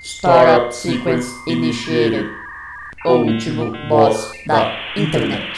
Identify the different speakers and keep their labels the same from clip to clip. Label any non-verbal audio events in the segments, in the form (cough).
Speaker 1: Startup Sequence Initiated, o último boss da internet.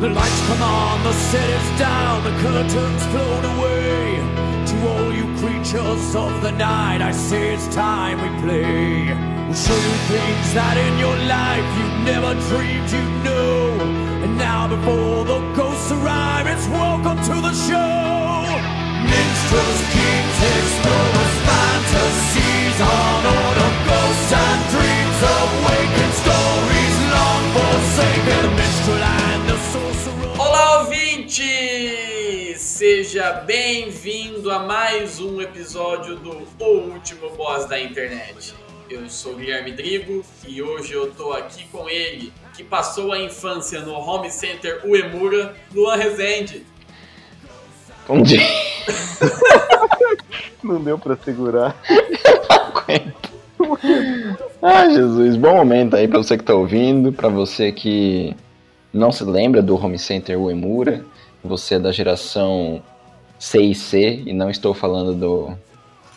Speaker 2: The lights come on, the set is down, the curtains float away. To all you creatures of the night, I say it's time we play. We'll show you things that in your life you never dreamed you knew. And now, before the ghosts arrive, it's welcome to the show. Minstrels, kings, explorers, fantasies, honored of ghosts and dreams, awakened stories long forsaken. The minstrel and the sorcerer.
Speaker 3: Olá, ouvinte! Seja bem-vindo a mais um episódio do O Último Boss da Internet. Eu sou Guilherme Drigo e hoje eu tô aqui com ele, que passou a infância no Home Center Uemura, Luan Rezende.
Speaker 4: Bom dia.
Speaker 5: (laughs) Não deu pra segurar.
Speaker 4: Ah, Jesus, bom momento aí pra você que tá ouvindo, pra você que não se lembra do Home Center Uemura, você é da geração C e C, e não estou falando do,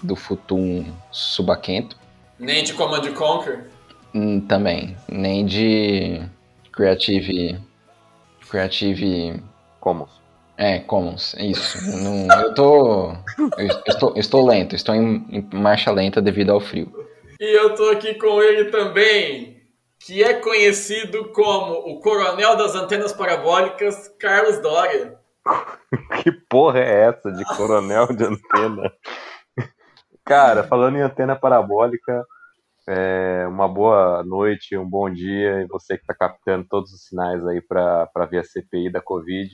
Speaker 4: do Futum Subaquento,
Speaker 3: Nem de Command Conquer.
Speaker 4: hum, também, nem de Creative... Creative...
Speaker 5: Como?
Speaker 4: É, Commons, é isso. Não- eu tô... Eu estou, eu estou lento, estou em- em marcha lenta devido ao frio.
Speaker 3: E eu tô aqui com ele também, que é conhecido como o Coronel das Antenas Parabólicas, Carlos Doria.
Speaker 5: Que porra é essa de coronel de antena? Cara, falando em antena parabólica, é, uma boa noite, um bom dia, e você que tá captando todos os sinais aí pra pra ver a CPI da Covid,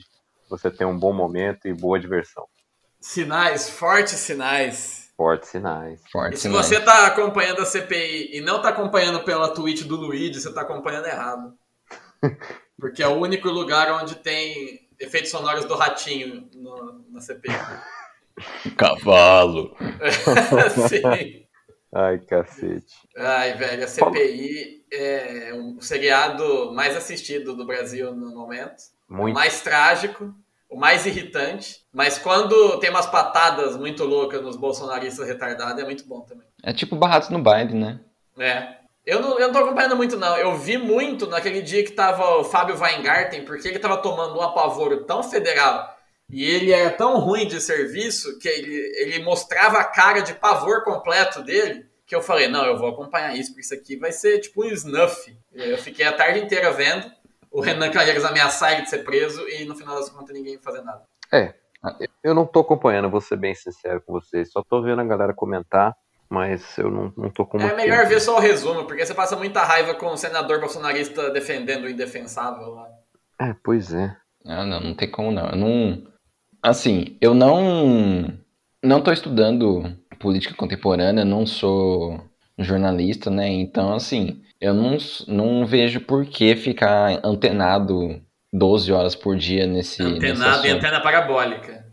Speaker 5: você tem um bom momento e boa diversão.
Speaker 3: Sinais, fortes sinais.
Speaker 5: Fortes sinais.
Speaker 4: Forte
Speaker 3: E se
Speaker 4: sinal.
Speaker 3: você tá acompanhando a CPI e não tá acompanhando pela Twitch do Luigi, você tá acompanhando errado. Porque é o único lugar onde tem efeitos sonoros do ratinho no- na CPI.
Speaker 4: Cavalo.
Speaker 3: (laughs) Sim.
Speaker 5: Ai, cacete.
Speaker 3: Ai, velho, a CPI é o seriado mais assistido do Brasil no momento. O
Speaker 5: Muito.
Speaker 3: mais trágico, o mais irritante. Mas quando tem umas patadas muito loucas nos bolsonaristas retardados, é muito bom também.
Speaker 4: É tipo Barrados no baile, né?
Speaker 3: É. Eu não, eu não tô acompanhando muito, não. Eu vi muito naquele dia que tava o Fábio Weingarten, porque ele tava tomando um apavoro tão federal e ele era tão ruim de serviço que ele, ele mostrava a cara de pavor completo dele que eu falei, não, eu vou acompanhar isso, porque isso aqui vai ser tipo um snuff. Eu fiquei a tarde inteira vendo o Renan Calheiros ameaçar ele de ser preso e no final das contas ninguém fazer nada.
Speaker 5: Eu não tô acompanhando, vou ser bem sincero com vocês. Só tô vendo a galera comentar, mas eu não, não tô com
Speaker 3: É
Speaker 5: muito
Speaker 3: melhor
Speaker 5: tempo.
Speaker 3: ver só o resumo, porque você passa muita raiva com o senador bolsonarista defendendo o indefensável lá.
Speaker 5: É, pois é.
Speaker 4: Ah, não, não tem como não. Eu não. Assim, eu não. Não tô estudando política contemporânea, não sou jornalista, né? Então, assim, eu não, s- não vejo por que ficar antenado 12 horas por dia nesse. nesse
Speaker 3: Antenada e
Speaker 4: assunto.
Speaker 3: antena parabólica.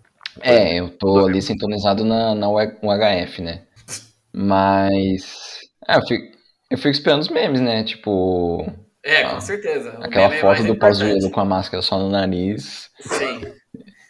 Speaker 4: É, eu tô ali sintonizado na, na U- UHF, né? Mas. Ah, eu fico, eu fico esperando os memes, né? Tipo,
Speaker 3: É,
Speaker 4: Ah,
Speaker 3: com certeza. O
Speaker 4: aquela
Speaker 3: meme é
Speaker 4: foto
Speaker 3: mais
Speaker 4: do
Speaker 3: importante.
Speaker 4: Pazuello com a máscara só no nariz.
Speaker 3: Sim.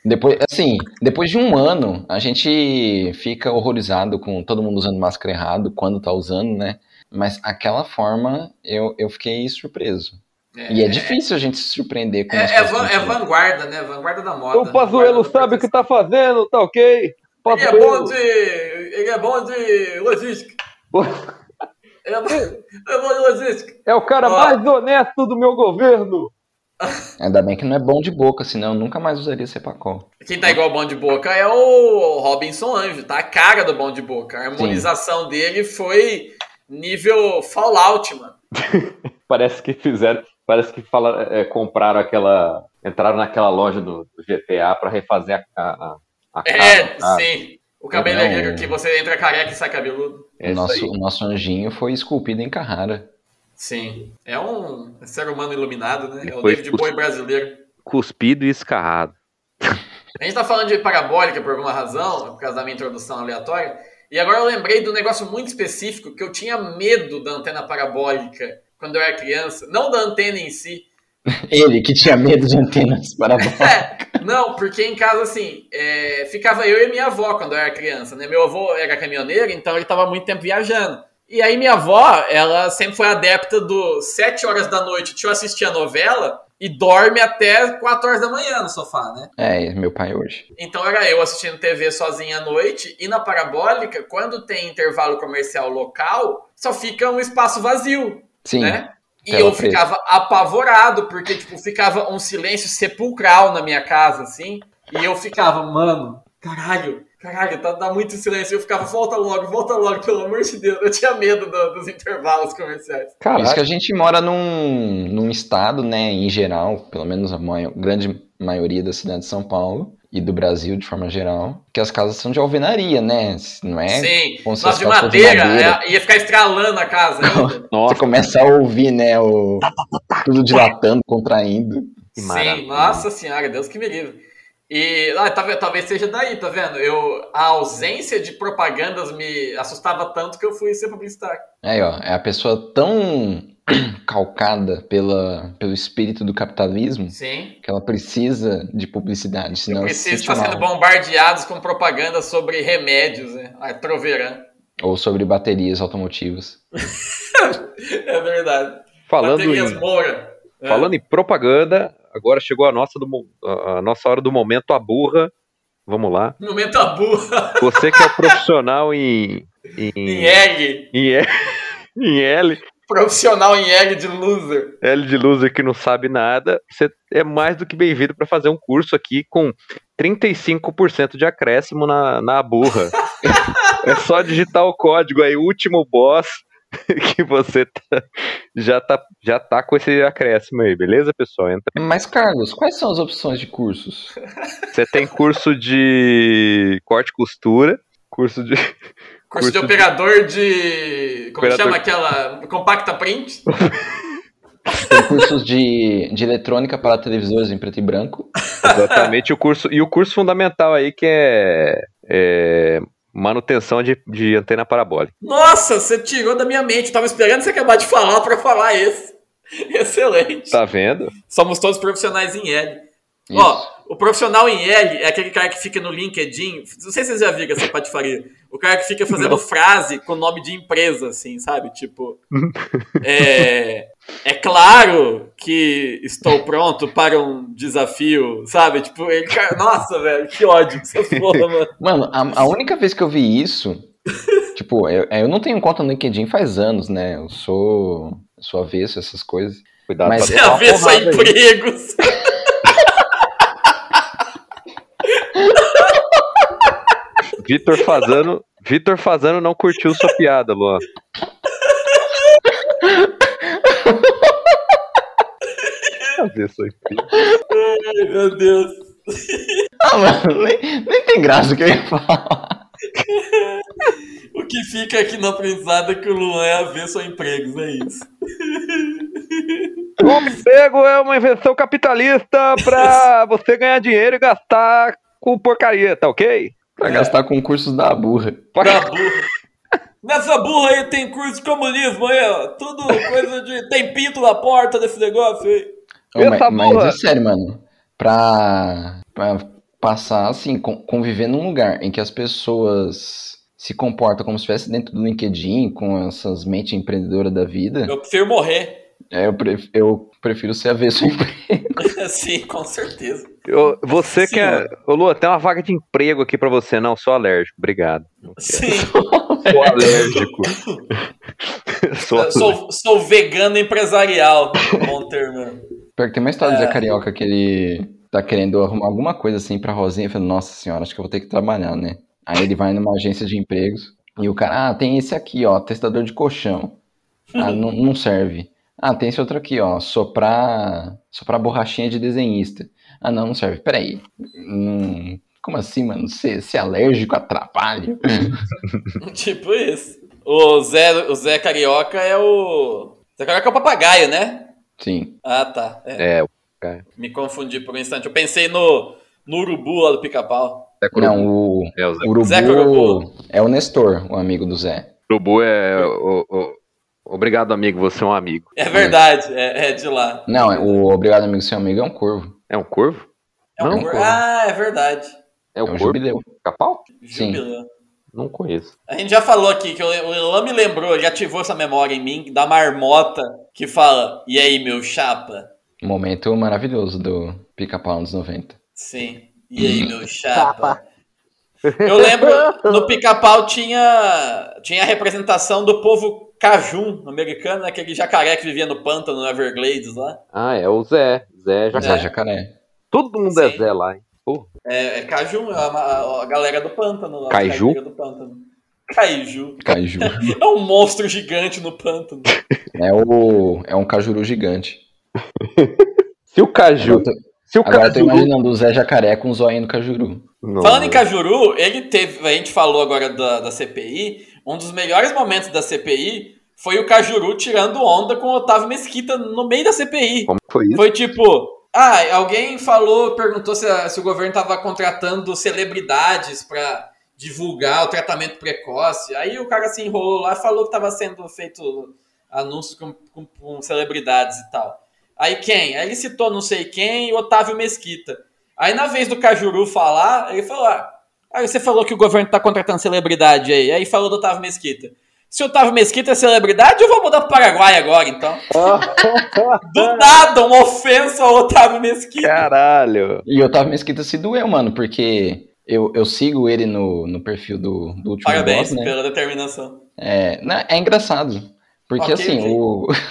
Speaker 4: Depois, assim, depois de um ano, a gente fica horrorizado com todo mundo usando máscara errado, quando tá usando, né? Mas aquela forma, eu, eu fiquei surpreso.
Speaker 3: É,
Speaker 4: E é difícil a gente se surpreender com
Speaker 3: é,
Speaker 4: as
Speaker 3: é
Speaker 4: coisas
Speaker 3: van- é
Speaker 4: que-
Speaker 3: vanguarda, né? Vanguarda da moda.
Speaker 5: O Pazuello
Speaker 3: vanguarda do
Speaker 5: sabe o que tá fazendo, tá ok?
Speaker 3: Ele é bom de. Ele é bom de
Speaker 5: (laughs)
Speaker 3: logística. Ele é bom, ele é bom de logística.
Speaker 5: É o cara
Speaker 3: Ó.
Speaker 5: mais honesto do meu governo.
Speaker 4: Ainda bem que não é bom de boca, senão eu nunca mais usaria Cepacol.
Speaker 3: Quem tá igual o bom de boca é o Robinson Anjo, tá? A cara do bom de boca. A harmonização dele foi nível Fallout, mano.
Speaker 5: Parece que fizeram, parece que fala, é, compraram aquela, entraram naquela loja do, do GTA pra refazer a, a, a, a
Speaker 3: É,
Speaker 5: cara.
Speaker 3: sim. O cabeleireiro
Speaker 4: Não.
Speaker 3: que você entra careca e sai cabeludo.
Speaker 5: É
Speaker 4: o,
Speaker 5: isso
Speaker 4: nosso,
Speaker 5: aí.
Speaker 4: o nosso anjinho foi esculpido em Carrara.
Speaker 3: Sim. É um ser humano iluminado, né? É o
Speaker 5: Foi
Speaker 3: David Bowie brasileiro.
Speaker 5: Cuspido e escarrado.
Speaker 3: A gente tá falando de parabólica por alguma razão, por causa da minha introdução aleatória. E agora eu lembrei de um negócio muito específico que eu tinha medo da antena parabólica quando eu era criança. Não da antena em si.
Speaker 4: Ele que tinha medo de antenas parabólicas.
Speaker 3: É, não, porque em casa, assim, é, ficava eu e minha avó quando eu era criança, né? Meu avô era caminhoneiro, então ele tava muito tempo viajando. E aí minha avó, ela sempre foi adepta do 7 horas da noite, tio assistir a novela e dorme até 4 horas da manhã no sofá, né?
Speaker 4: (laughs) É, meu pai hoje.
Speaker 3: Então era eu assistindo TV sozinha à noite e na parabólica, quando tem intervalo comercial local, só fica um espaço vazio,
Speaker 4: Sim.
Speaker 3: né? E
Speaker 4: Tela
Speaker 3: eu
Speaker 4: preta.
Speaker 3: ficava apavorado, porque tipo, ficava um silêncio sepulcral na minha casa, assim. E eu ficava, mano, caralho, caralho, tá, tá muito silêncio. Eu ficava, volta logo, volta logo, pelo amor de Deus. Eu tinha medo do- dos intervalos comerciais.
Speaker 4: Por isso que
Speaker 5: Caraca,
Speaker 4: a gente mora num, num estado, né, em geral, pelo menos a maior- grande maioria da cidade de São Paulo e do Brasil de forma geral, que as casas são de alvenaria, né? Não é?
Speaker 3: Sim,
Speaker 4: como se
Speaker 3: nossa, de
Speaker 4: fosse uma
Speaker 3: madeira,
Speaker 4: madeira.
Speaker 3: é, ia ficar estralando a casa. ainda.
Speaker 4: Você
Speaker 5: nossa,
Speaker 4: começa a ouvir, né, o tudo dilatando, contraindo.
Speaker 5: (laughs) que
Speaker 3: Sim,
Speaker 5: maravilha.
Speaker 3: nossa senhora, Deus que me livre. E ah, talvez, talvez seja daí, tá vendo? Eu, a ausência de propagandas me assustava tanto que eu fui ser publicitário.
Speaker 4: Aí, ó, é a pessoa tão (clears throat) calcada pela, pelo espírito do capitalismo
Speaker 3: Sim.
Speaker 4: que ela precisa de publicidade, senão ela
Speaker 5: É
Speaker 4: se
Speaker 3: Precisa
Speaker 4: sente
Speaker 3: estar sendo
Speaker 4: mal.
Speaker 3: bombardeados com propaganda sobre remédios, né? Ah, Troveran.
Speaker 4: Ou sobre baterias automotivas.
Speaker 3: É verdade.
Speaker 5: Falando
Speaker 3: Baterias
Speaker 5: em,
Speaker 3: Moura. É.
Speaker 5: falando em propaganda, agora chegou a nossa, do, mo- a a nossa hora do momento, a burra. Vamos lá.
Speaker 3: Momento tabu
Speaker 5: Você que é profissional em. Em,
Speaker 3: (laughs) em L.
Speaker 5: em L, em L,
Speaker 3: Profissional em L de loser.
Speaker 5: L de loser que não sabe nada, você é mais do que bem-vindo para fazer um curso aqui com 35% de acréscimo na, na burra. é só digitar o código aí, último boss, (laughs) que você tá- já, tá, já tá com esse acréscimo aí, beleza, pessoal? Entra.
Speaker 4: Mas, Carlos, quais são as opções de cursos?
Speaker 5: Você tem curso de corte e costura, curso de (laughs)
Speaker 3: Curso,
Speaker 5: Curso
Speaker 3: de
Speaker 5: de-
Speaker 3: operador de. Como
Speaker 5: Operador-
Speaker 3: chama aquela. Compacta print?
Speaker 4: Tem cursos de, de eletrônica para televisores em preto e branco.
Speaker 5: Exatamente, o curso. E o curso fundamental aí que é, é manutenção de, de antena parabólica.
Speaker 3: Nossa, você tirou da minha mente. Eu tava esperando você acabar de falar pra falar esse. (laughs) Excelente.
Speaker 5: Tá vendo?
Speaker 3: Somos todos profissionais em L.
Speaker 4: Isso.
Speaker 3: Ó, o profissional em L é aquele cara que fica no LinkedIn. Não sei se vocês já viram essa patifaria. O cara que fica fazendo frase com nome de empresa, assim, sabe?
Speaker 5: (laughs)
Speaker 3: Tipo. é, é claro que estou pronto para um desafio, sabe? Tipo, ele, cara, nossa, velho, que ódio que você porra, mano.
Speaker 5: (laughs)
Speaker 4: Mano, a, a única vez que eu vi isso, tipo, eu, eu não tenho conta no LinkedIn faz anos, né? Eu sou, sou avesso a essas coisas. (laughs)
Speaker 5: Cuidado
Speaker 4: Mas
Speaker 5: pra
Speaker 3: Você
Speaker 5: não tomar
Speaker 3: avesso é a
Speaker 5: porrada aí.
Speaker 3: (laughs) empregos.
Speaker 5: Vitor Fazano, Vitor Fazano não curtiu sua piada, Luan. Avesso a emprego.
Speaker 3: Ai, meu Deus.
Speaker 4: Ah, mano, nem, nem tem graça o que eu ia falar.
Speaker 3: O que fica aqui na aprendizado é que o Luan é avesso a empregos, é isso.
Speaker 5: O emprego é uma invenção capitalista pra você ganhar dinheiro e gastar com porcaria, tá ok?
Speaker 4: Pra gastar com cursos da burra.
Speaker 3: Da burra. Nessa burra aí tem curso de comunismo aí, ó. Tudo coisa de. Tem pinto na porta desse negócio aí.
Speaker 4: Ô, ma-
Speaker 5: Essa
Speaker 4: mas,
Speaker 5: burra.
Speaker 4: é sério, mano. Pra, pra passar, assim, con- conviver num lugar em que as pessoas se comportam como se estivesse dentro do LinkedIn, com essas mentes empreendedoras da vida.
Speaker 3: Eu prefiro morrer. (laughs)
Speaker 4: É, eu, pref- eu prefiro ser avesso. (laughs) em emprego.
Speaker 3: Sim, com certeza.
Speaker 5: Eu- você
Speaker 3: Sim,
Speaker 5: quer. Ô, Luan, tem uma vaga de emprego aqui pra você. Não, sou alérgico. Obrigado.
Speaker 3: Sim.
Speaker 5: Sou alérgico. (laughs) sou
Speaker 3: Eu Sou, sou vegano empresarial. Bom termo.
Speaker 4: Pior que tem uma história de
Speaker 3: É.
Speaker 4: Zé Carioca que ele tá querendo arrumar alguma coisa assim pra Rosinha. Falando, nossa senhora, acho que eu vou ter que trabalhar, né? Aí ele vai numa agência de empregos e o cara, ah, tem esse aqui, ó, testador de colchão. Ah, não, não serve. Ah, tem esse outro aqui, ó, soprar, soprar borrachinha de desenhista. Ah, não, não serve. Peraí. Hum, como assim, mano? Ser ser alérgico atrapalha?
Speaker 3: (laughs) Tipo isso. O Zé, o Zé Carioca é o. Zé Carioca é o papagaio, né?
Speaker 4: Sim.
Speaker 3: Ah, tá. É.
Speaker 5: É,
Speaker 3: Me confundi por um instante. Eu pensei no No Urubu lá do pica-pau.
Speaker 5: Zé Curubu.
Speaker 4: Não, o
Speaker 5: É, o Zé
Speaker 4: Urubu,
Speaker 3: Zé Curubu.
Speaker 4: é o Nestor, o amigo do Zé.
Speaker 5: Urubu é. o- o- Obrigado, amigo, você é um amigo.
Speaker 3: É verdade, é, é de lá.
Speaker 4: Não, é o Obrigado Amigo Seu Amigo é um corvo.
Speaker 5: É um corvo?
Speaker 3: É um
Speaker 5: Não,
Speaker 3: cor-
Speaker 5: pô.
Speaker 3: Ah, é verdade.
Speaker 5: É
Speaker 4: É
Speaker 5: um
Speaker 4: um
Speaker 5: corvo?
Speaker 4: jubileu.
Speaker 5: Capau?
Speaker 4: Sim.
Speaker 3: Jubileu.
Speaker 5: Não conheço.
Speaker 3: A gente já falou aqui que o Le- o Elan me lembrou, ele ativou essa memória em mim, da marmota que fala: E aí, meu chapa?
Speaker 4: Um Momento maravilhoso do Pica-Pau anos 90.
Speaker 3: Sim. E aí, meu chapa? Eu lembro, no pica-pau tinha, tinha a representação do povo cajun americano, né, aquele jacaré que vivia no pântano, no Everglades lá.
Speaker 5: Ah, é o Zé. Zé
Speaker 4: Zé
Speaker 5: Jacaré.
Speaker 4: Jacaré.
Speaker 5: Todo mundo
Speaker 3: Sim.
Speaker 5: é Zé lá, hein? Pô,
Speaker 3: É, é cajun, é a, a galera do pântano lá.
Speaker 5: Caju?
Speaker 3: a galera Do pântano. Caju.
Speaker 4: Caju.
Speaker 3: É um monstro gigante no pântano.
Speaker 4: (laughs) é, o, é um cajuru gigante.
Speaker 5: Se o Caju.
Speaker 4: Agora, eu tô-
Speaker 5: Se o
Speaker 4: agora eu tô
Speaker 5: Caju.
Speaker 4: imaginando o Zé Jacaré com o zóio no cajuru.
Speaker 5: Não,
Speaker 3: Falando em Cajuru, ele teve, a gente falou agora da, da CPI, um dos melhores momentos da CPI foi o Cajuru tirando onda com o Otávio Mesquita no meio da CPI.
Speaker 5: Como foi isso?
Speaker 3: Foi tipo, ah, alguém falou, perguntou se, a- se o governo estava contratando celebridades para divulgar o tratamento precoce. Aí o cara se enrolou lá, falou que estava sendo feito anúncios com, com- com celebridades e tal. Aí quem? Aí ele citou não sei quem e o Otávio Mesquita. Aí na vez do Cajuru falar, ele falou, ah, aí você falou que o governo está contratando celebridade aí. Aí falou do Otávio Mesquita. Se o Otávio Mesquita é celebridade, eu vou mudar pro Paraguai agora, então. Do nada, uma ofensa ao Otávio Mesquita.
Speaker 5: (laughs) Caralho.
Speaker 4: E o Otávio Mesquita se doeu, mano, porque eu, eu sigo ele no, no perfil do, do último
Speaker 3: Parabéns
Speaker 4: boss, né?
Speaker 3: pela determinação.
Speaker 4: É, né, é engraçado. Porque
Speaker 3: Ok,
Speaker 4: assim,
Speaker 3: ok.
Speaker 4: o. (laughs)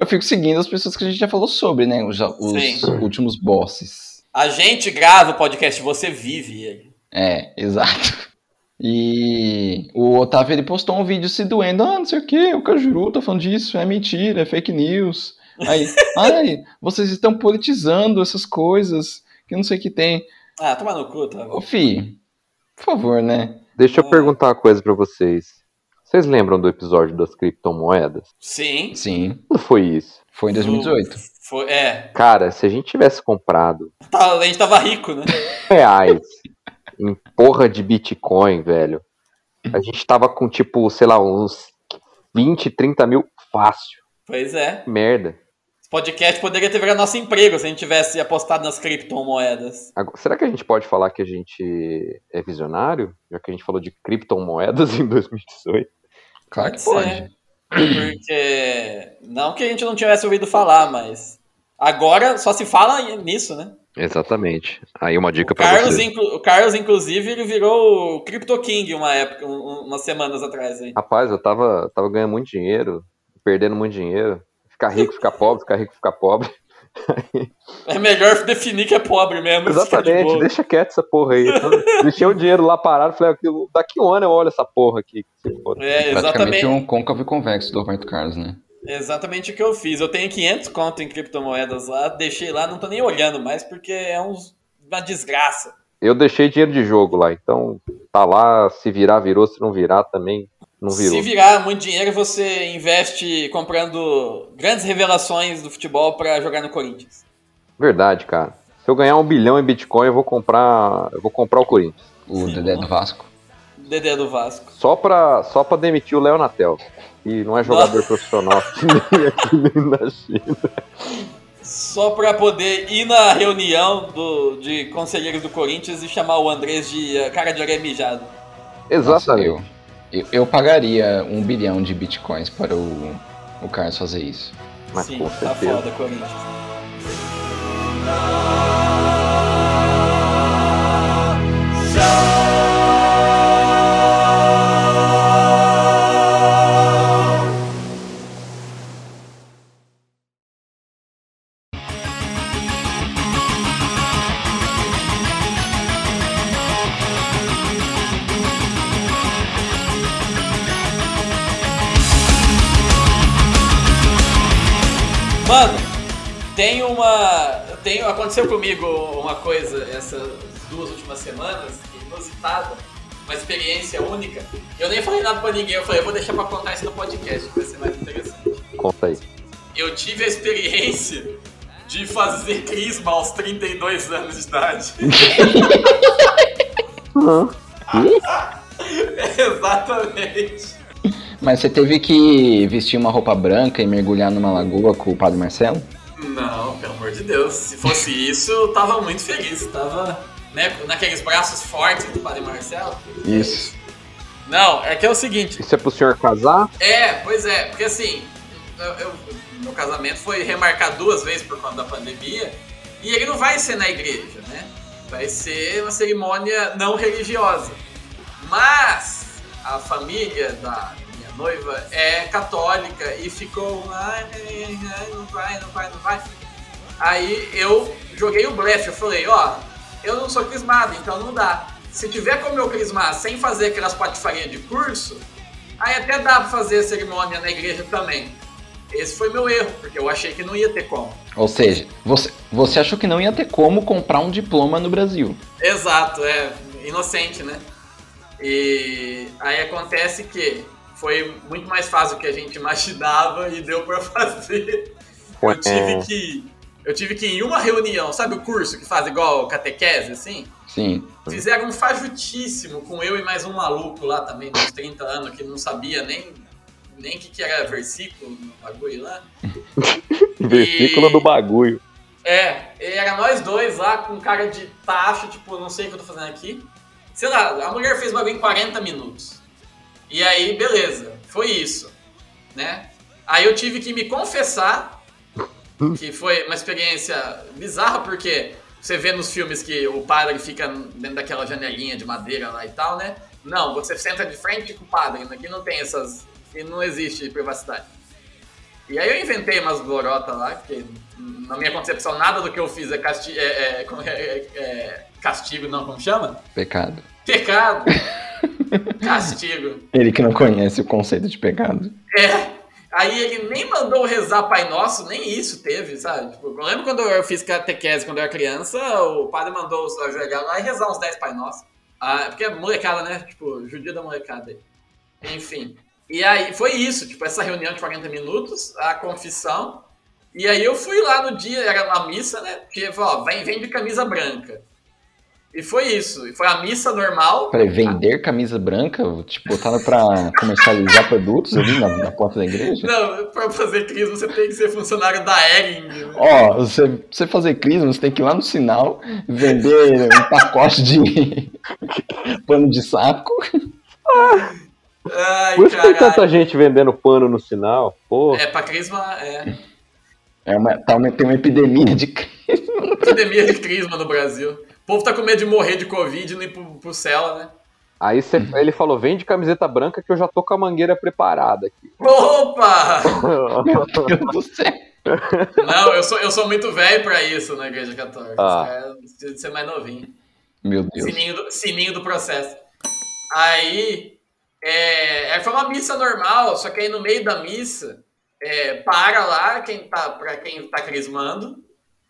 Speaker 4: Eu fico seguindo as pessoas que a gente já falou sobre, né? Os, os
Speaker 3: Sim.
Speaker 4: últimos bosses.
Speaker 3: A gente grava o podcast, você vive ele.
Speaker 4: É, exato. E o Otávio ele postou um vídeo se doendo. Ah, não sei o que, o Cajuru tá falando disso, é mentira, é fake news. Aí, ai, vocês estão politizando essas coisas, que não sei o que tem.
Speaker 3: Ah, toma no cu, tá?
Speaker 4: Ô, Fih, por favor, né?
Speaker 5: Deixa
Speaker 3: Ah.
Speaker 5: eu perguntar uma coisa pra vocês. Vocês lembram do episódio das criptomoedas?
Speaker 3: Sim.
Speaker 4: Sim,
Speaker 5: Quando foi isso?
Speaker 4: foi em 2018.
Speaker 3: Foi, é.
Speaker 5: Cara, se a gente tivesse comprado
Speaker 3: Tá, a gente tava rico, né?
Speaker 5: reais em porra de Bitcoin, velho, a gente tava com, tipo, sei lá, uns 20, 30 mil fácil.
Speaker 3: Pois é.
Speaker 5: Que Merda.
Speaker 3: Esse podcast poderia ter virado nosso emprego se a gente tivesse apostado nas criptomoedas.
Speaker 5: Agora, será que a gente pode falar que a gente é visionário? Já que a gente falou de criptomoedas (laughs) em 2018.
Speaker 4: Claro que
Speaker 3: Pode ser.
Speaker 4: pode.
Speaker 3: Porque. Não que a gente não tivesse ouvido falar, mas. Agora só se fala nisso, né?
Speaker 5: Exatamente. Aí uma dica
Speaker 3: O Carlos, inclu- o Carlos, inclusive, ele virou o Crypto King uma época, um- um- umas semanas atrás aí.
Speaker 5: Rapaz, eu tava, tava ganhando muito dinheiro, perdendo muito dinheiro. Ficar rico, ficar pobre, ficar rico, ficar pobre.
Speaker 3: É melhor definir que é pobre mesmo. isso fica de
Speaker 5: Exatamente,
Speaker 3: boa.
Speaker 5: deixa quieto essa porra aí. Então, Deixei o dinheiro lá parado, falei, "Aquilo- daqui um ano eu olho essa porra aqui. que se foda."
Speaker 3: É,
Speaker 4: Praticamente
Speaker 3: exatamente,
Speaker 4: um côncavo e convexo do Roberto Carlos, né?
Speaker 3: exatamente o que eu fiz. Eu tenho 500 conto em criptomoedas lá, deixei lá, não tô nem olhando mais porque é uns- uma desgraça.
Speaker 5: Eu deixei dinheiro de jogo lá, então tá lá, se virar, virou, se não virar também, não virou.
Speaker 3: Se virar muito dinheiro, você investe comprando grandes revelações do futebol pra jogar no Corinthians.
Speaker 5: Verdade, cara. Se eu ganhar um bilhão em Bitcoin, eu vou comprar. Eu vou comprar o Corinthians.
Speaker 4: O Dedé do Vasco.
Speaker 3: Dedé do Vasco.
Speaker 5: Só pra, só pra demitir o Léo Natel. Que não é jogador profissional que nem aqui nem na China.
Speaker 3: Só pra poder ir na reunião do, de conselheiros do Corinthians e chamar o Andrés de eh, cara de areia mijado.
Speaker 4: Nossa,
Speaker 5: Exatamente.
Speaker 4: eu, eu, eu pagaria um bilhão de bitcoins para o, o Carlos fazer isso.
Speaker 5: Mas
Speaker 3: Sim,
Speaker 5: com
Speaker 3: tá
Speaker 5: certeza.
Speaker 3: foda, Corinthians. Mano, tem uma. Tem, aconteceu comigo uma coisa essas duas últimas semanas, inusitada, uma experiência única. Eu nem falei nada pra ninguém, eu falei, eu vou deixar pra contar isso no podcast, que vai ser mais interessante.
Speaker 5: Conta aí.
Speaker 3: Eu tive a experiência de fazer crisma aos 32 anos de idade. (laughs) Exatamente.
Speaker 4: Mas você teve que vestir uma roupa branca e mergulhar numa lagoa com o Padre Marcelo?
Speaker 3: Não, pelo amor de Deus. Se fosse isso, eu tava muito feliz. Tava né, naqueles braços fortes do Padre Marcelo.
Speaker 4: Isso.
Speaker 3: Não, é que é o seguinte.
Speaker 5: Isso é pro senhor casar?
Speaker 3: É, pois é, porque assim, eu- eu- meu casamento foi remarcado duas vezes por conta da pandemia. E ele não vai ser na igreja, né? Vai ser uma cerimônia não religiosa. Mas a família da minha noiva é católica e ficou. Ai, ai, ai, não vai, não vai, não vai. Aí eu joguei o blefe, eu falei, ó, eu não sou crismado, então não dá. Se tiver como eu crismar sem fazer aquelas patifarias de curso, aí até dá pra fazer a cerimônia na igreja também. Esse foi meu erro, porque eu achei que não ia ter como.
Speaker 4: Ou seja, você, você achou que não ia ter como comprar um diploma no Brasil.
Speaker 3: Exato, é inocente, né? E aí acontece que foi muito mais fácil do que a gente imaginava e deu pra fazer. Eu tive que eu tive que ir em uma reunião, sabe o curso que faz igual catequese assim?
Speaker 4: Sim.
Speaker 3: Fizeram um fajutíssimo com eu e mais um maluco lá também, de uns 30 anos, que não sabia nem nem o que, que era versículo no bagulho lá.
Speaker 5: Versículo do bagulho.
Speaker 3: É, era nós dois lá com cara de tacho, tipo, não sei o que eu tô fazendo aqui. Sei lá, a mulher fez o bagulho em 40 minutos. E aí, beleza, foi isso, né? Aí eu tive que me confessar, que foi uma experiência bizarra, porque você vê nos filmes que o padre fica dentro daquela janelinha de madeira lá e tal, né? Não, você senta de frente com o padre, aqui não tem essas... e não existe privacidade. E aí eu inventei umas lorotas lá, que na minha concepção nada do que eu fiz é castigo, é, é- como é- é- é castigo não, como chama?
Speaker 4: Pecado.
Speaker 3: Pecado. castigo.
Speaker 4: Ele que não conhece o conceito de pecado.
Speaker 3: É. Aí ele nem mandou rezar Pai Nosso, nem isso teve, sabe? Tipo, eu lembro quando eu fiz catequese quando eu era criança, o padre mandou eu ajoelhar lá e rezar uns 10 Pai Nosso. Ah, porque é molecada, né? Tipo, judia da molecada aí. Enfim. E aí foi isso, tipo, essa reunião de 40 minutos, a confissão. E aí eu fui lá no dia, era na missa, né? Porque falou, ó, vem, vem de camisa branca. E foi isso. E foi a missa normal.
Speaker 4: Peraí, vender camisa branca? Tipo, botaram pra comercializar produtos ali na, na porta da igreja?
Speaker 3: Não, pra fazer crise você tem que ser funcionário da Ering, né?
Speaker 4: Ó, você, você fazer crisma, você tem que ir lá no sinal, vender um pacote de (laughs) pano de saco.
Speaker 3: Ai,
Speaker 5: Por isso que tem
Speaker 3: caralho.
Speaker 5: tanta gente vendendo pano no sinal. Pô,
Speaker 3: É, pra crisma, é.
Speaker 4: É uma, tá uma- tem uma epidemia de (laughs) crisma.
Speaker 3: Epidemia de crisma no Brasil. O povo tá com medo de morrer de Covid e não ir pro, pro cela, né?
Speaker 5: aí cê- ele falou, vende camiseta branca que eu já tô com a mangueira preparada
Speaker 3: (laughs)
Speaker 5: aqui.
Speaker 3: Opa!
Speaker 4: Meu Deus do céu.
Speaker 3: Não, eu sou, eu sou muito velho pra isso na Igreja Católica.
Speaker 5: Ah.
Speaker 3: Os caras precisam de ser mais novinho.
Speaker 4: Meu Deus.
Speaker 3: Sininho do, sininho do processo. Aí, é, é, foi uma missa normal, só que aí no meio da missa, é, para lá quem tá, pra quem tá crismando.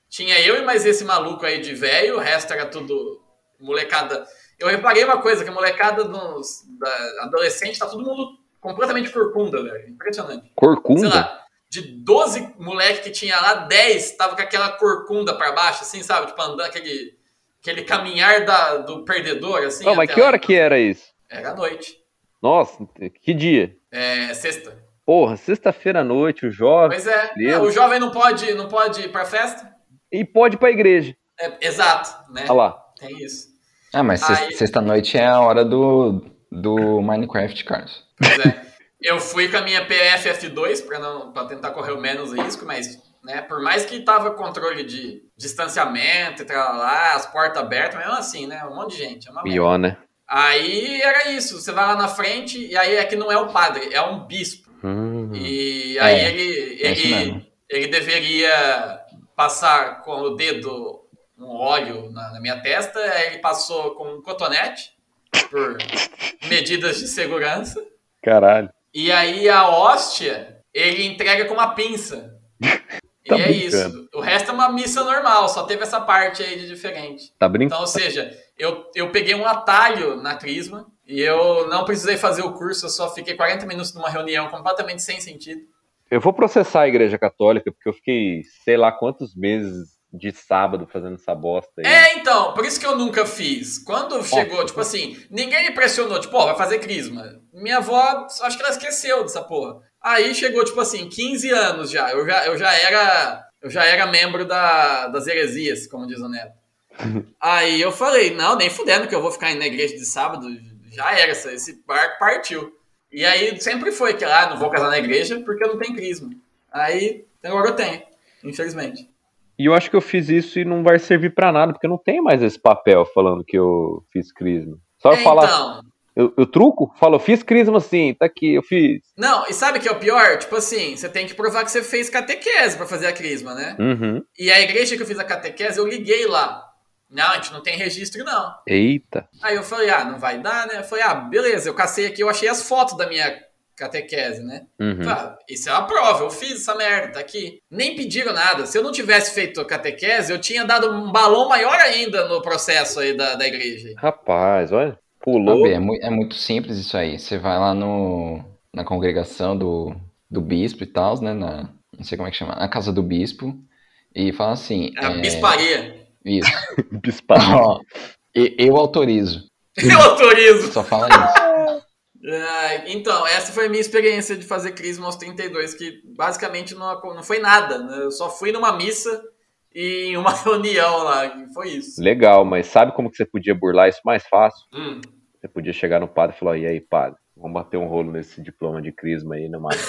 Speaker 3: Tinha eu e mais esse maluco aí de velho, o resto era tudo molecada. Eu reparei uma coisa, que a molecada dos da adolescente tá todo mundo completamente corcunda, velho. Impressionante sei
Speaker 5: Corcunda?
Speaker 3: lá, de 12 moleque que tinha lá, 10 tava com aquela corcunda pra baixo, assim, sabe? Tipo, andando aquele, aquele caminhar da, do perdedor, assim.
Speaker 5: Não, mas
Speaker 3: até
Speaker 5: que
Speaker 3: lá.
Speaker 5: hora que era isso?
Speaker 3: Era à noite.
Speaker 5: Nossa, que dia.
Speaker 3: É, sexta.
Speaker 5: Porra, sexta-feira à noite, o jovem.
Speaker 3: Pois é.
Speaker 5: Deus.
Speaker 3: O jovem não pode, não pode ir pra festa?
Speaker 5: E pode ir pra igreja.
Speaker 3: É, exato, né?
Speaker 5: Olha lá.
Speaker 3: Tem isso.
Speaker 4: Ah, mas
Speaker 3: Aí-
Speaker 4: sexta- sexta-noite é a hora do, do Minecraft, Carlos.
Speaker 3: Pois é. (laughs) Eu fui com a minha PFF2 pra, não, pra tentar correr o menos risco, mas né, por mais que tava controle de distanciamento e tal, lá, as portas abertas, mesmo assim, né? Um monte de gente. É uma merda.
Speaker 5: Pior, né?
Speaker 3: Aí era isso, você vai lá na frente e aí é que não é o padre, é um bispo.
Speaker 5: Hum.
Speaker 3: E aí
Speaker 4: É,
Speaker 3: ele,
Speaker 4: é isso mesmo.
Speaker 3: ele, ele deveria passar com o dedo um óleo na, na minha testa, aí ele passou com um cotonete por medidas de segurança.
Speaker 5: Caralho.
Speaker 3: E aí a hóstia, ele entrega com uma pinça.
Speaker 5: Tá
Speaker 3: e é
Speaker 5: brincando.
Speaker 3: isso. O resto é uma missa normal, só teve essa parte aí de diferente.
Speaker 5: Tá brincando?
Speaker 3: Então, ou seja, eu, eu peguei um atalho na Crisma e eu não precisei fazer o curso, eu só fiquei 40 minutos numa reunião completamente sem sentido.
Speaker 5: Eu vou processar a Igreja Católica, porque eu fiquei sei lá quantos meses de sábado fazendo essa bosta aí.
Speaker 3: É, então, por isso que eu nunca fiz. Quando chegou,
Speaker 5: Nossa.
Speaker 3: tipo assim, ninguém me pressionou, tipo, ó, vai fazer crisma. Minha avó, acho que ela esqueceu dessa porra. Aí chegou, tipo assim, 15 anos já. Eu já, eu já era. Eu já era membro da, das heresias, como diz o
Speaker 5: (laughs)
Speaker 3: Neto. Aí eu falei, não, nem fudendo que eu vou ficar indo na igreja de sábado. Já era, essa- esse barco partiu. E aí sempre foi que, ah, não vou casar na igreja porque eu não tenho crisma. Aí agora eu tenho, infelizmente.
Speaker 5: E eu acho que eu fiz isso e não vai servir pra nada, porque não tem mais esse papel falando que eu fiz crisma. Só eu
Speaker 3: É,
Speaker 5: falar,
Speaker 3: então,
Speaker 5: eu, eu truco, falo, eu fiz crisma sim, tá aqui, eu fiz.
Speaker 3: Não, e sabe o que é o pior? Tipo assim, você tem que provar que você fez catequese pra fazer a crisma, né?
Speaker 5: Uhum.
Speaker 3: E a igreja que eu fiz a catequese, eu liguei lá. Não, a gente não tem registro, não.
Speaker 5: Eita.
Speaker 3: Aí eu falei, ah, não vai dar, né? Eu falei, ah, beleza, eu cacei aqui, eu achei as fotos da minha catequese, né?
Speaker 5: Uhum.
Speaker 3: Falei, ah, isso é uma prova, eu fiz essa merda, tá aqui. Nem pediram nada. Se eu não tivesse feito a catequese, eu tinha dado um balão maior ainda no processo aí da, da igreja.
Speaker 5: Rapaz, olha, pulou.
Speaker 4: Sabe, é, mui- é muito simples isso aí. Você vai lá no, na congregação do, do bispo e tal, né? Na, não sei como é que chama. Na casa do bispo. E fala assim.
Speaker 3: A
Speaker 4: é,
Speaker 3: bisparia. (laughs)
Speaker 4: Isso.
Speaker 5: Bispado.
Speaker 4: Ó, e- eu autorizo.
Speaker 3: Eu autorizo.
Speaker 4: Só fala isso.
Speaker 3: Ah, então, essa foi a minha experiência de fazer crisma aos 32, que basicamente não, acon- não foi nada, né? Eu só fui numa missa e em uma (laughs) reunião lá, e foi isso.
Speaker 5: (laughs) Legal, mas sabe como que você podia burlar isso mais fácil?
Speaker 3: Hum.
Speaker 5: Você podia chegar no padre e falar, e aí, padre, vamos bater um rolo nesse diploma de crisma aí, né, mano?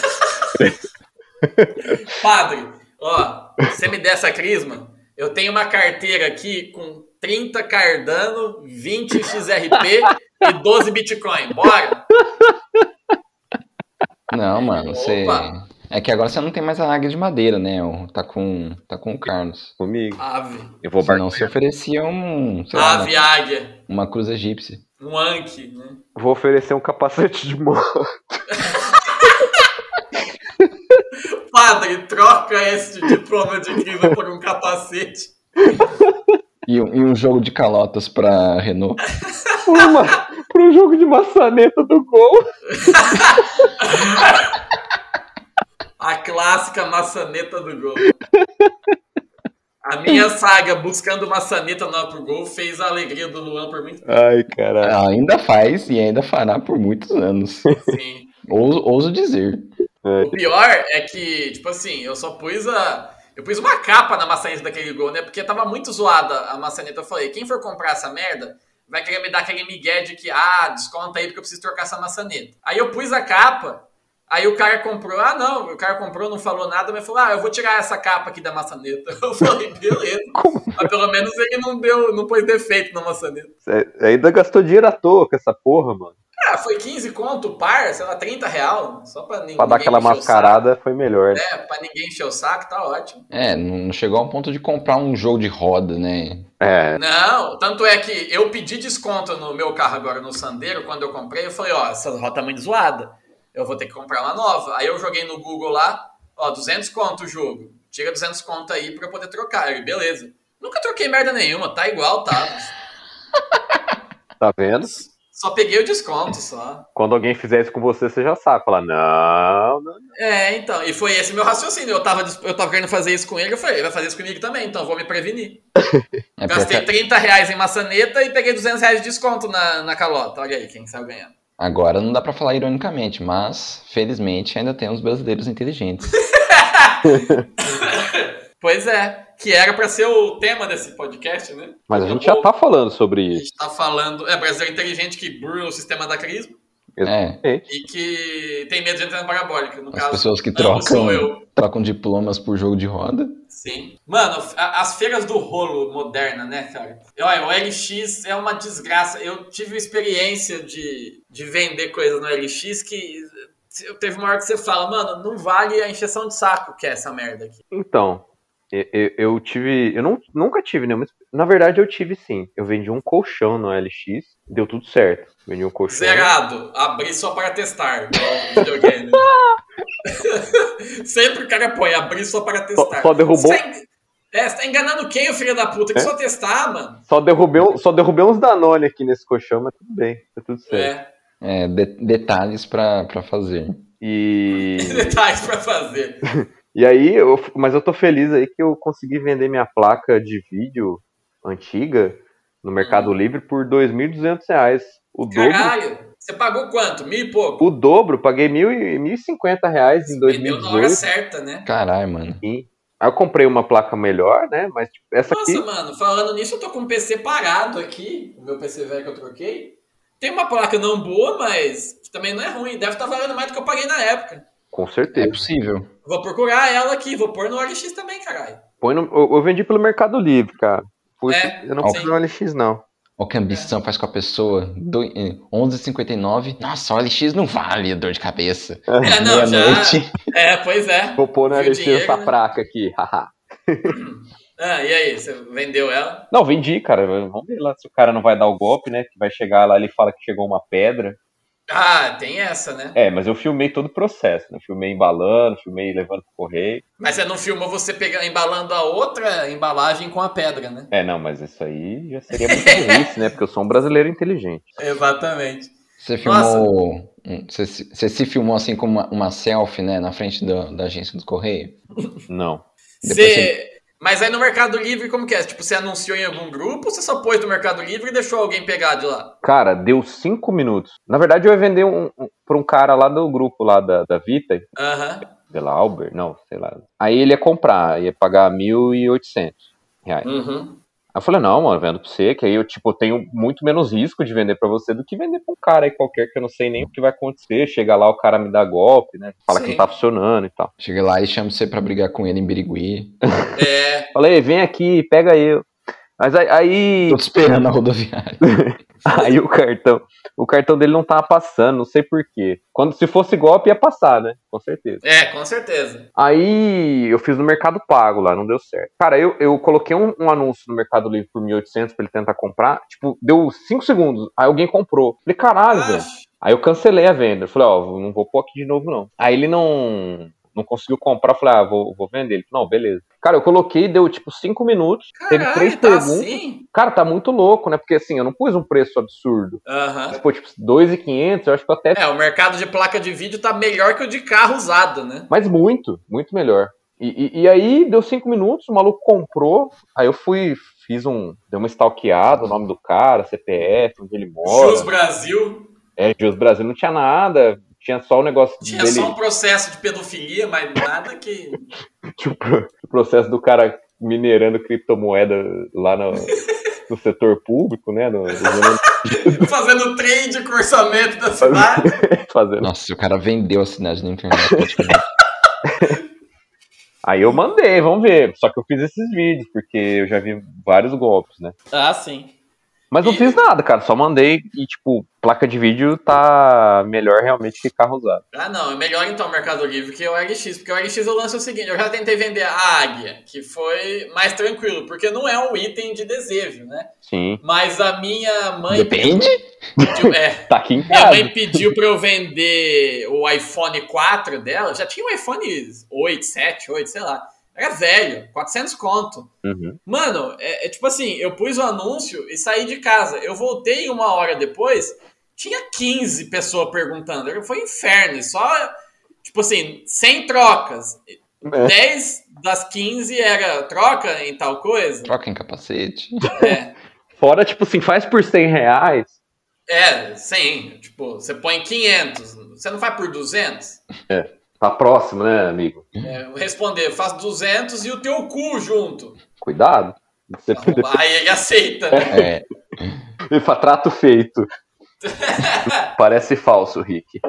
Speaker 5: (laughs)
Speaker 3: Padre, ó, você me der essa crisma, eu tenho uma carteira aqui com 30 Cardano, 20 XRP e 12 Bitcoin, bora!
Speaker 4: Não, mano, você.
Speaker 3: Opa.
Speaker 4: É que agora você não tem mais a águia de madeira, né? o- Tá com, tá com o Carlos.
Speaker 5: Comigo.
Speaker 3: Ave,
Speaker 5: Eu vou
Speaker 4: Senão
Speaker 5: barcar.
Speaker 4: se oferecia um. sei lá,
Speaker 3: ave, águia,
Speaker 4: uma, uma cruz egípcia.
Speaker 3: um anque, né?
Speaker 5: Vou oferecer um capacete de (laughs) moto.
Speaker 3: Padre, troca esse diploma de crisma por um capacete.
Speaker 4: E, um- e um jogo de calotas pra Renault.
Speaker 5: Por uma, por um jogo de maçaneta do gol.
Speaker 3: A clássica maçaneta do gol. A minha saga buscando maçaneta na pro gol fez a alegria do Luan por muito
Speaker 5: Ai, caralho.
Speaker 4: Ainda faz e ainda fará por muitos anos.
Speaker 3: sim.
Speaker 4: Ouso, ouso dizer.
Speaker 3: O pior é que, tipo assim, eu só pus a. Eu pus uma capa na maçaneta daquele gol, né? Porque tava muito zoada a maçaneta. Eu falei, quem for comprar essa merda vai querer me dar aquele migué de que, ah, desconta aí porque eu preciso trocar essa maçaneta. Aí eu pus a capa, aí o cara comprou, ah, não, o cara comprou, não falou nada, mas falou, ah, eu vou tirar essa capa aqui da maçaneta. (laughs) Eu falei,
Speaker 5: (laughs)
Speaker 3: beleza. Mas pelo menos ele não deu, não pôs defeito na maçaneta.
Speaker 5: É, ainda gastou dinheiro à toa com essa porra, mano.
Speaker 3: Ah, foi 15 conto, par, sei lá, 30 real, só pra ninguém.
Speaker 5: Pra dar aquela
Speaker 3: encher o saco.
Speaker 5: mascarada foi melhor. né?
Speaker 3: É, pra ninguém encher o saco, tá ótimo.
Speaker 4: É, não chegou ao ponto de comprar um jogo de roda, né?
Speaker 5: É.
Speaker 3: Não, tanto é que eu pedi desconto no meu carro agora no Sandeiro, quando eu comprei, eu falei, ó, essa roda tá muito zoada, eu vou ter que comprar uma nova. Aí eu joguei no Google lá, ó, 200 conto o jogo, tira 200 conto aí pra eu poder trocar. Ele, beleza. Nunca troquei merda nenhuma, tá igual, tá.
Speaker 5: Tá vendo?
Speaker 3: Só peguei o desconto, só.
Speaker 5: Quando alguém fizer isso com você, você já sabe. Falar, não, não.
Speaker 3: É, então, e foi esse meu raciocínio, eu tava, disp- eu tava querendo fazer isso com ele, eu falei, ele vai fazer isso comigo também, então eu vou me prevenir.
Speaker 4: É pior
Speaker 3: Gastei
Speaker 4: que
Speaker 3: 30 reais em maçaneta e peguei 200 reais de desconto na, na calota, olha aí quem saiu ganhando.
Speaker 4: agora não dá pra falar ironicamente, mas felizmente ainda temos brasileiros inteligentes.
Speaker 3: Pois é, que era pra ser o tema desse podcast, né?
Speaker 5: Mas a gente já tá falando sobre
Speaker 3: A
Speaker 5: isso.
Speaker 3: gente tá falando. É brasileiro inteligente que burla o sistema da crise
Speaker 4: É,
Speaker 3: e que tem medo de entrar na parabólica. No
Speaker 4: as
Speaker 3: caso,
Speaker 4: pessoas que
Speaker 3: não sou
Speaker 4: trocam, né?
Speaker 3: eu.
Speaker 4: trocam diplomas por jogo de roda.
Speaker 3: Sim. Mano, a- as feiras do rolo moderna, né, cara? Olha, o LX é uma desgraça. Eu tive experiência de, de vender coisas no LX que. Teve uma hora que você fala, mano, não vale a encheção de saco que é essa merda aqui.
Speaker 5: Então, eu, eu- eu tive. Eu não, nunca tive nenhuma. exp- Na verdade, eu tive sim. Eu vendi um colchão no LX, deu tudo certo. Vendi um colchão.
Speaker 3: Zerado, abri só para testar. igual no videogame. Sempre o cara põe, abri só para testar.
Speaker 5: só derrubou-
Speaker 3: Você tá en- É, você tá enganando quem, o filho da puta? Que
Speaker 5: É?
Speaker 3: só testar, mano.
Speaker 5: Só, derrubei, um- só derrubei uns Danone aqui nesse colchão, mas tudo bem, tá tudo certo.
Speaker 3: É. (laughs)
Speaker 4: É, de- detalhes pra pra fazer.
Speaker 5: E,
Speaker 3: Detalhes tá pra fazer.
Speaker 5: e aí, eu, mas eu tô feliz aí que eu consegui vender minha placa de vídeo antiga no Mercado Livre por R$ 2.200 reais. O dobro,
Speaker 3: Hum. Caralho, você pagou quanto? Mil e pouco?
Speaker 5: o dobro, paguei R$ 1.050 reais em
Speaker 3: Vendeu na hora
Speaker 5: 2018.
Speaker 3: certa, né?
Speaker 4: Caralho, mano.
Speaker 5: Aí eu comprei uma placa melhor, né? Mas tipo, essa
Speaker 3: Nossa,
Speaker 5: aqui.
Speaker 3: mano, falando nisso, eu tô com um PC parado aqui, o meu PC velho que eu troquei. Tem uma placa não boa, mas que também não é ruim. Deve estar valendo mais do que eu paguei na época.
Speaker 5: Com
Speaker 4: É
Speaker 5: certeza.
Speaker 4: possível.
Speaker 3: Vou procurar ela aqui, vou pôr no OLX também, caralho.
Speaker 5: Põe no- eu, eu vendi pelo Mercado Livre, cara. Fui-
Speaker 3: É,
Speaker 5: eu não
Speaker 3: sim.
Speaker 5: fui no LX, não.
Speaker 4: Olha que ambição faz com a pessoa. Do- eh, 11,59. Nossa, o LX não vale dor de cabeça.
Speaker 3: É, não, já.
Speaker 4: Meia-noite.
Speaker 3: É, pois é.
Speaker 5: Vou pôr no
Speaker 3: E o
Speaker 5: LX
Speaker 3: dinheiro,
Speaker 5: essa
Speaker 3: né?
Speaker 5: placa aqui. haha.
Speaker 3: Ah, e aí, você vendeu ela?
Speaker 5: não, vendi, cara. Vamos ver lá se o cara não vai dar o golpe, né? Que vai chegar lá, ele fala que chegou uma pedra.
Speaker 3: Ah, tem essa, né?
Speaker 5: É, mas eu filmei todo o processo, né? Filmei embalando, filmei levando pro correio.
Speaker 3: Mas você não filmou você pegando, embalando a outra embalagem com a pedra, né?
Speaker 5: É, não, mas isso aí já seria
Speaker 3: (laughs)
Speaker 5: muito burrice, né? Porque eu sou um brasileiro inteligente.
Speaker 3: Exatamente.
Speaker 4: Você
Speaker 3: Nossa.
Speaker 4: filmou. hum, Você, se- você se filmou assim com uma, uma selfie, né? Na frente da, da agência do correio.
Speaker 5: Não.
Speaker 4: Depois
Speaker 3: Você... Mas aí no Mercado Livre, como que é? Tipo, você anunciou em algum grupo ou você só pôs no Mercado Livre e deixou alguém pegar de lá?
Speaker 5: Cara, deu cinco minutos. Na verdade, eu ia vender um, um, pra um cara lá do grupo lá da, da Vita,
Speaker 3: Aham.
Speaker 5: Vela Albert, não, sei lá. Aí ele ia comprar, ia pagar 1.800 reais. Aí
Speaker 3: Uhum.
Speaker 5: eu falei, não, mano, vendo pra você, que aí eu, tipo, tenho muito menos risco de vender pra você do que vender pra um cara aí qualquer que eu não sei nem o que vai acontecer. Chega lá, o cara me dá golpe, né? Fala que
Speaker 3: Sim.
Speaker 5: não tá funcionando e tal.
Speaker 4: Chega lá e chama você pra brigar com ele em Birigui.
Speaker 3: É.
Speaker 5: Falei, vem aqui, pega eu. Mas aí, aí,
Speaker 4: Tô te esperando na rodoviária.
Speaker 5: (laughs) aí o cartão, o cartão dele não tava passando, não sei porquê. Quando se fosse golpe ia passar, né? Com certeza.
Speaker 3: É, com certeza.
Speaker 5: Aí eu fiz no Mercado Pago lá, não deu certo. Cara, eu, eu coloquei um, um anúncio no Mercado Livre por 1.800 pra ele tentar comprar. Tipo, deu 5 segundos. Aí alguém comprou. Falei, caralho, velho. Aí eu cancelei a venda. Falei, ó, não vou pôr aqui de novo, não. Aí ele não não conseguiu comprar. Falei, ah, vou, vou vender. Ele falou, não, beleza. Cara, eu coloquei, deu tipo 5 minutos. teve três
Speaker 3: Caralho, tá
Speaker 5: perguntas.
Speaker 3: assim?
Speaker 5: Cara, tá muito louco, né? Porque assim, eu não pus um preço absurdo.
Speaker 3: Aham.
Speaker 5: Mas, pô, tipo, 2.500, eu acho que eu até
Speaker 3: É, o mercado de placa de vídeo tá melhor que o de carro usado, né?
Speaker 5: Mas muito, muito melhor. E, e- e aí deu cinco minutos, o maluco comprou, aí eu fui, fiz um, deu uma stalkeada, o nome do cara, CPF, onde ele mora.
Speaker 3: Jus Brasil
Speaker 5: É, Jus Brasil não tinha nada, tinha só o negócio
Speaker 3: tinha
Speaker 5: dele,
Speaker 3: só um processo de pedofilia, mas nada que.
Speaker 5: tinha o pro- o processo do cara minerando criptomoeda
Speaker 3: (laughs)
Speaker 5: lá no, no setor público, né, no, usando-
Speaker 3: fazendo trade com o orçamento da
Speaker 5: um
Speaker 3: cidade.
Speaker 5: (laughs) fazendo.
Speaker 4: Nossa, o cara vendeu a cidade na internet. praticamente.
Speaker 5: Aí eu mandei, vamos ver, só que eu fiz esses vídeos, porque eu já vi vários golpes, né.
Speaker 3: Ah, sim.
Speaker 5: Mas não
Speaker 3: E-
Speaker 5: fiz nada, cara. Só mandei e, tipo, placa de vídeo tá melhor realmente que carro usado.
Speaker 3: Ah, não, é melhor então o Mercado Livre que o LX, porque o LX eu lanço o seguinte, eu já tentei vender a Águia, que foi mais tranquilo, porque não é um item de desejo, né?
Speaker 5: Sim.
Speaker 3: Mas a minha mãe
Speaker 4: Depende?
Speaker 3: pediu, é,
Speaker 5: Tá aqui em
Speaker 3: minha
Speaker 5: casa.
Speaker 3: mãe pediu pra eu vender o iPhone 4 dela, já tinha um iPhone 8, 7, 8, sei lá. Era velho, 400 conto.
Speaker 5: Uhum.
Speaker 3: Mano, é, é tipo assim, eu pus o anúncio e saí de casa. Eu voltei uma hora depois, tinha 15 pessoas perguntando. Era- Foi um inferno, só, tipo assim, sem trocas.
Speaker 5: É.
Speaker 3: 10 das 15 era troca em tal coisa.
Speaker 4: Troca em capacete.
Speaker 3: É,
Speaker 5: Fora, tipo assim, faz por 100 reais.
Speaker 3: é 100. Tipo, você põe 500, você não faz por 200?
Speaker 5: Tá próximo, né, amigo?
Speaker 3: É, eu responder, eu faço 200 e o teu cu
Speaker 4: (laughs)
Speaker 3: junto.
Speaker 5: Cuidado. Você
Speaker 3: Aí ele aceita, né?
Speaker 4: É,
Speaker 5: Ele fala, trato feito. Parece falso, Rick.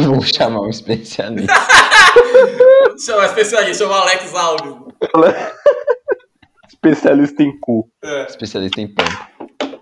Speaker 4: vou chamar um especialista. É.
Speaker 3: Chama especialista, chama o Alex Alves.
Speaker 5: Especialista em cu.
Speaker 4: Especialista em pânico.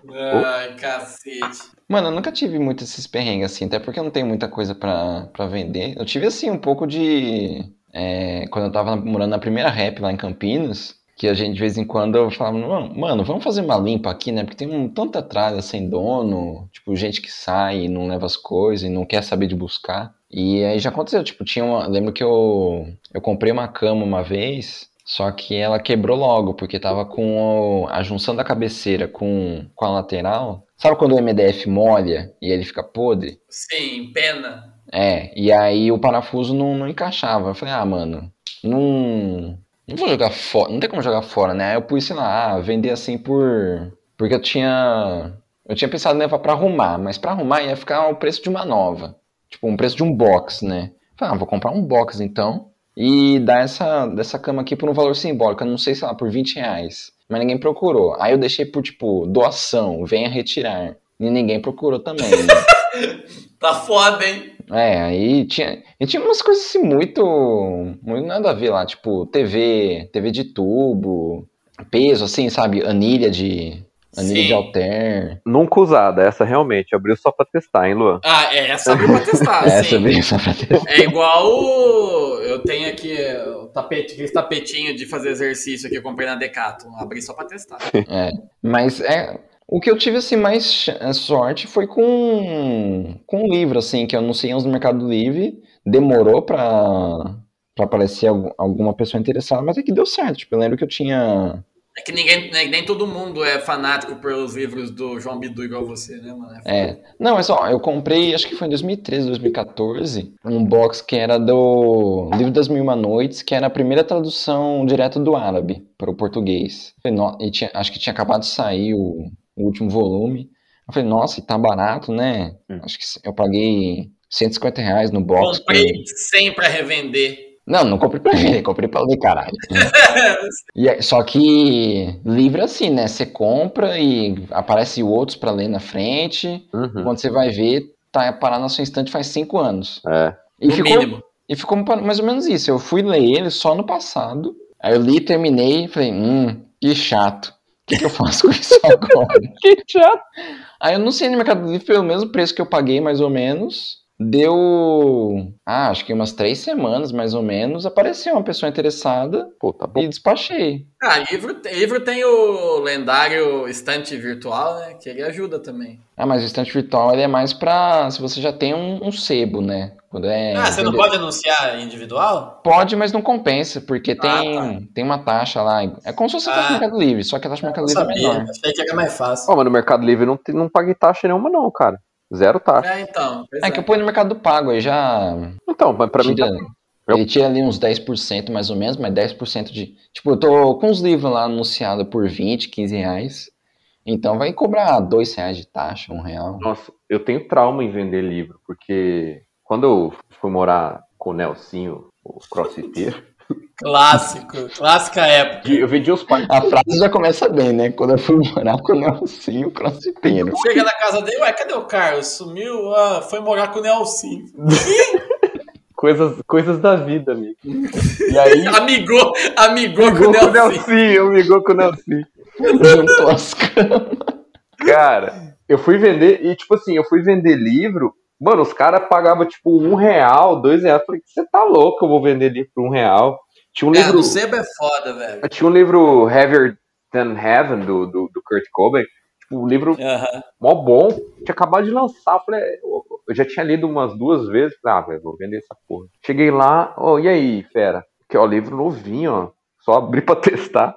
Speaker 4: Oh.
Speaker 3: Ai, cacete.
Speaker 4: Mano, eu nunca tive muito esses perrengues assim, até porque eu não tenho muita coisa pra, pra vender. Eu tive assim um pouco de. é, quando eu tava morando na primeira rap lá em Campinas, que a gente de vez em quando eu falava, "Não, mano, vamos fazer uma limpa aqui, né? Porque tem um tanta tralha sem dono, tipo, gente que sai e não leva as coisas e não quer saber de buscar. E aí já aconteceu, tipo, tinha uma. Lembro que eu, eu comprei uma cama uma vez. Só que ela quebrou logo, porque tava com o- a junção da cabeceira com, com a lateral, Sabe quando o MDF molha e ele fica podre?
Speaker 3: Sim, pena.
Speaker 4: É, e aí o parafuso não, não encaixava. Eu falei, ah, mano, não. Não vou jogar fora, não tem como jogar fora, né? Aí eu pus, sei lá, ah, vender assim por. Porque eu tinha. Eu tinha pensado em levar pra arrumar, mas pra arrumar ia ficar o preço de uma nova. Tipo, um preço de um box, né? Falei, ah, vou comprar um box então. E dar essa, dessa cama aqui por um valor simbólico. Eu não sei, sei lá, por 20 reais. Mas ninguém procurou. Aí eu deixei por, tipo, doação, venha retirar. E ninguém procurou também, né?
Speaker 3: Tá foda, hein?
Speaker 4: É, aí tinha, e tinha umas coisas assim muito, muito nada a ver lá, tipo TV, TV de tubo, peso assim, sabe, anilha de anilha
Speaker 3: Sim.
Speaker 4: de alter.
Speaker 5: Nunca usada, essa realmente. Abriu só pra testar, hein, Luan?
Speaker 3: Ah, é, essa abriu pra
Speaker 4: (laughs)
Speaker 3: testar,
Speaker 4: é,
Speaker 3: sim.
Speaker 4: sobre isso. pra ter-
Speaker 3: É igual o- eu tenho aqui é, o tapete, aquele tapetinho de fazer exercício que eu comprei na Decathlon. Abri só pra testar.
Speaker 4: Mas é, o que eu tive assim mais ch- eh, sorte foi com com um livro assim que eu anunciei uns no Mercado Livre, demorou pra para aparecer algum- alguma pessoa interessada, mas é que deu certo. Tipo, eu lembro que eu tinha
Speaker 3: É que ninguém, nem, nem todo mundo é fanático pelos livros do João Bidu igual você, né, mano?
Speaker 4: É. Não, mas ó, eu comprei, acho que foi em 2013, 2014, um box que era do Livro das Mil e Uma Noites, que era a primeira tradução direta do árabe para o português. Eu falei, "No- E tinha- acho que tinha acabado de sair o, o último volume. Eu falei, nossa, e tá barato, né? Acho que eu paguei 150 reais no box.
Speaker 3: Comprei sem pra revender.
Speaker 4: Não, não comprei pra ele, comprei pra ler, caralho. E aí- só que livro é assim, né? Você compra e aparece outros pra ler na frente.
Speaker 5: Uhum.
Speaker 4: Quando você vai ver, tá parado na sua estante faz cinco anos.
Speaker 5: É.
Speaker 4: E
Speaker 3: no
Speaker 4: ficou,
Speaker 3: mínimo.
Speaker 4: e ficou mais ou menos isso. Eu fui ler ele só no passado. Aí eu li, terminei e falei, hum, que chato. O que, que eu faço com isso agora? que chato. Aí eu não sei no Mercado Livre, pelo mesmo preço que eu paguei, mais ou menos. Deu. Ah, acho que umas três semanas, mais ou menos. Apareceu uma pessoa interessada
Speaker 5: Pô, tá bom.
Speaker 4: e despachei.
Speaker 3: Ah, livro, livro tem o lendário estante virtual, né? Que ele ajuda também.
Speaker 4: Ah, mas o estante virtual ele é mais pra. Se você já tem um, um sebo, né? Quando é.
Speaker 3: ah, você não
Speaker 4: vende-
Speaker 3: pode anunciar individual?
Speaker 4: Pode, mas não compensa, porque tem, tem uma taxa lá. É como se fosse a taxa
Speaker 3: tá. Ah.
Speaker 4: do Mercado Livre, só que a taxa do Mercado
Speaker 3: Não
Speaker 4: Livre é
Speaker 3: sabia,
Speaker 4: menor.
Speaker 3: achei que era mais fácil.
Speaker 5: Ó, mas no Mercado Livre não, te- não paguei taxa nenhuma, não, cara. Zero taxa.
Speaker 3: É, então. pois
Speaker 4: É que eu ponho no Mercado Pago, aí já
Speaker 5: Então, mas pra mim
Speaker 4: tira.
Speaker 5: tá
Speaker 4: Ele tira ali uns 10% mais ou menos, mas 10% de. Tipo, eu tô com os livros lá anunciados por 20, 15 reais. Então vai cobrar 2 reais de taxa, 1 real.
Speaker 5: Nossa, eu tenho trauma em vender livro, porque quando eu fui morar com o Nelsinho, o crossfiteiro,
Speaker 3: (laughs) Clássico, clássica época.
Speaker 5: eu vendi os pais.
Speaker 4: A frase já começa bem, né? Quando eu fui morar com o Nelsinho, o crossfiteiro.
Speaker 3: Chega na casa dele, ué, cadê o Carlos? Sumiu, ah, foi morar com o Nelson.
Speaker 5: Coisas, coisas da vida, amigo. E aí,
Speaker 3: (laughs) Amigou, amigou (laughs) com o
Speaker 5: ligou com o
Speaker 3: Nelson.
Speaker 5: Nelsinho, ligou com o Nelsinho.
Speaker 4: Juntou as camas.
Speaker 5: Cara, eu fui vender, e tipo assim, eu fui vender livro, mano, os caras pagavam tipo um real, dois reais. Eu Falei, você tá louco, eu vou vender livro por um real. Tinha um
Speaker 3: Cara,
Speaker 5: livro.
Speaker 3: o Sebo é foda, velho.
Speaker 5: Tinha um livro Heavier Than Heaven, do, do, do Kurt Cobain. Tipo, um livro
Speaker 3: Aham.
Speaker 5: mó bom. Tinha acabado de lançar. eu Falei, é, eu eu já tinha lido umas duas vezes. Falei, ah, velho, vou vender essa porra. Cheguei lá, ô, e aí, fera? Que ó, livro novinho, ó. Só abri pra testar.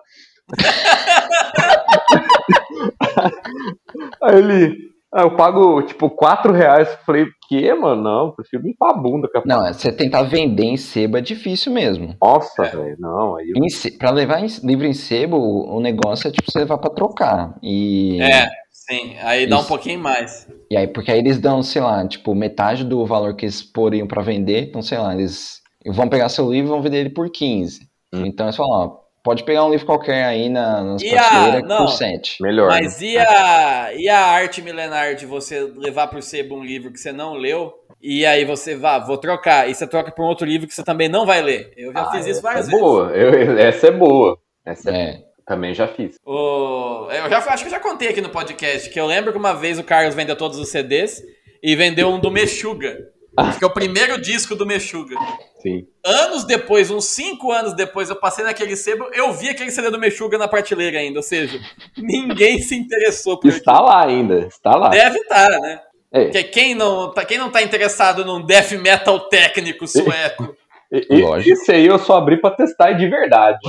Speaker 5: (laughs) aí ele. Ah, eu pago tipo 4 reais. Falei, que, mano? Não, prefiro limpar a bunda. Cara.
Speaker 4: Não, é, você tentar vender em sebo é difícil mesmo.
Speaker 5: Nossa,
Speaker 3: É.
Speaker 5: velho, não. Aí
Speaker 4: Em se- Pra levar em- livro em sebo, o o negócio é tipo você levar pra trocar. E,
Speaker 3: É, sim. Aí dá um
Speaker 4: Isso.
Speaker 3: pouquinho mais.
Speaker 4: e aí, porque aí eles dão, sei lá, tipo, metade do valor que eles poriam pra vender. Então, sei lá, eles vão pegar seu livro e vão vender ele por 15.
Speaker 5: Hum.
Speaker 4: Então eles falam, ó, pode pegar um livro qualquer aí na, nas
Speaker 3: E a-
Speaker 4: prateleiras
Speaker 3: não.
Speaker 4: por 7.
Speaker 5: melhor. né?
Speaker 3: Mas e a, e a arte milenar de você levar pro Sebo um livro que você não leu? E aí você vá, vou trocar. E você troca por um outro livro que você também não vai ler. Eu já
Speaker 5: Ah,
Speaker 3: fiz isso
Speaker 5: essa
Speaker 3: várias
Speaker 5: é
Speaker 3: vezes.
Speaker 5: Boa. Eu- essa é boa. Essa é-
Speaker 4: É.
Speaker 5: também já fiz.
Speaker 3: O- Eu já acho que eu já contei aqui no podcast que eu lembro que uma vez o Carlos vendeu todos os CDs e vendeu um do Mexuga. Acho que é o primeiro disco do Mexuga.
Speaker 5: Sim.
Speaker 3: Anos depois, uns cinco anos depois, eu passei naquele sebo, eu vi aquele CD do Mexuga na prateleira ainda. Ou seja, ninguém se interessou por aquilo.
Speaker 5: Está lá ainda. Está lá.
Speaker 3: Deve estar, né?
Speaker 5: Ah. É,
Speaker 3: Porque quem não, tá, quem não tá interessado num death
Speaker 5: É.
Speaker 3: metal técnico sueco? (laughs)
Speaker 5: e- e-
Speaker 4: Lógico.
Speaker 5: Esse aí eu só abri pra testar de verdade.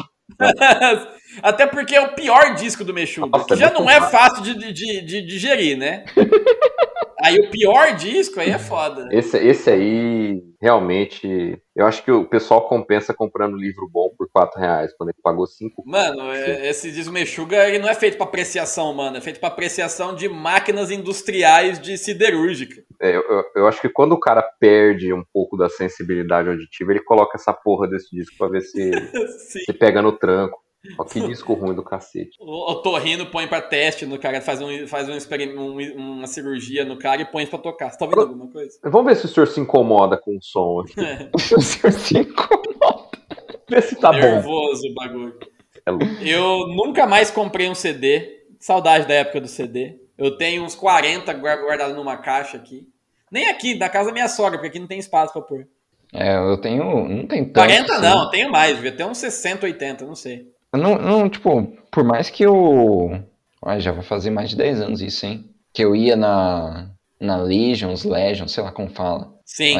Speaker 3: Até porque é o pior disco do Mexuga,
Speaker 5: Nossa,
Speaker 3: que
Speaker 5: é
Speaker 3: já
Speaker 5: muito
Speaker 3: não é
Speaker 5: mal.
Speaker 3: fácil de, de, de, de digerir,
Speaker 5: (laughs)
Speaker 3: né? aí o pior disco aí é foda.
Speaker 5: Esse, esse aí, realmente, eu acho que o pessoal compensa comprando livro bom por 4 reais, quando ele pagou 5.
Speaker 3: Mano, é- esse disco Mexuga ele não é feito pra apreciação humana, é feito pra apreciação de máquinas industriais de siderúrgica. (laughs)
Speaker 5: É, eu, eu- eu acho que quando o cara perde um pouco da sensibilidade auditiva, ele coloca essa porra desse disco pra
Speaker 3: (laughs)
Speaker 5: ver se,
Speaker 3: Sim.
Speaker 5: se pega no tranco. Ó, que disco ruim do cacete.
Speaker 3: O, o Torrino põe pra teste no cara, faz, um, faz um experim- um- uma cirurgia no cara e põe pra tocar. Você tá ouvindo alguma coisa?
Speaker 5: Vamos ver se o senhor se incomoda com (laughs) o som aqui.
Speaker 3: É.
Speaker 4: O senhor se incomoda.
Speaker 5: Vê se tá bom.
Speaker 3: Nervoso o bagulho.
Speaker 5: É louco.
Speaker 3: Eu nunca mais comprei um CD. Saudade da época do CD. Eu tenho uns 40 guar- guardado numa caixa aqui. Nem aqui, da casa da minha sogra, porque aqui não tem espaço pra pôr.
Speaker 4: É, eu tenho. Não tem tanto.
Speaker 3: 40
Speaker 4: assim.
Speaker 3: não, tenho mais, devia ter uns 60, 80, não sei.
Speaker 4: Eu Não, não, tipo, por mais que eu. Ai, já vai fazer mais de 10 anos isso, hein? Que eu ia na. Na Legions, Legions, sei lá como fala. Lá em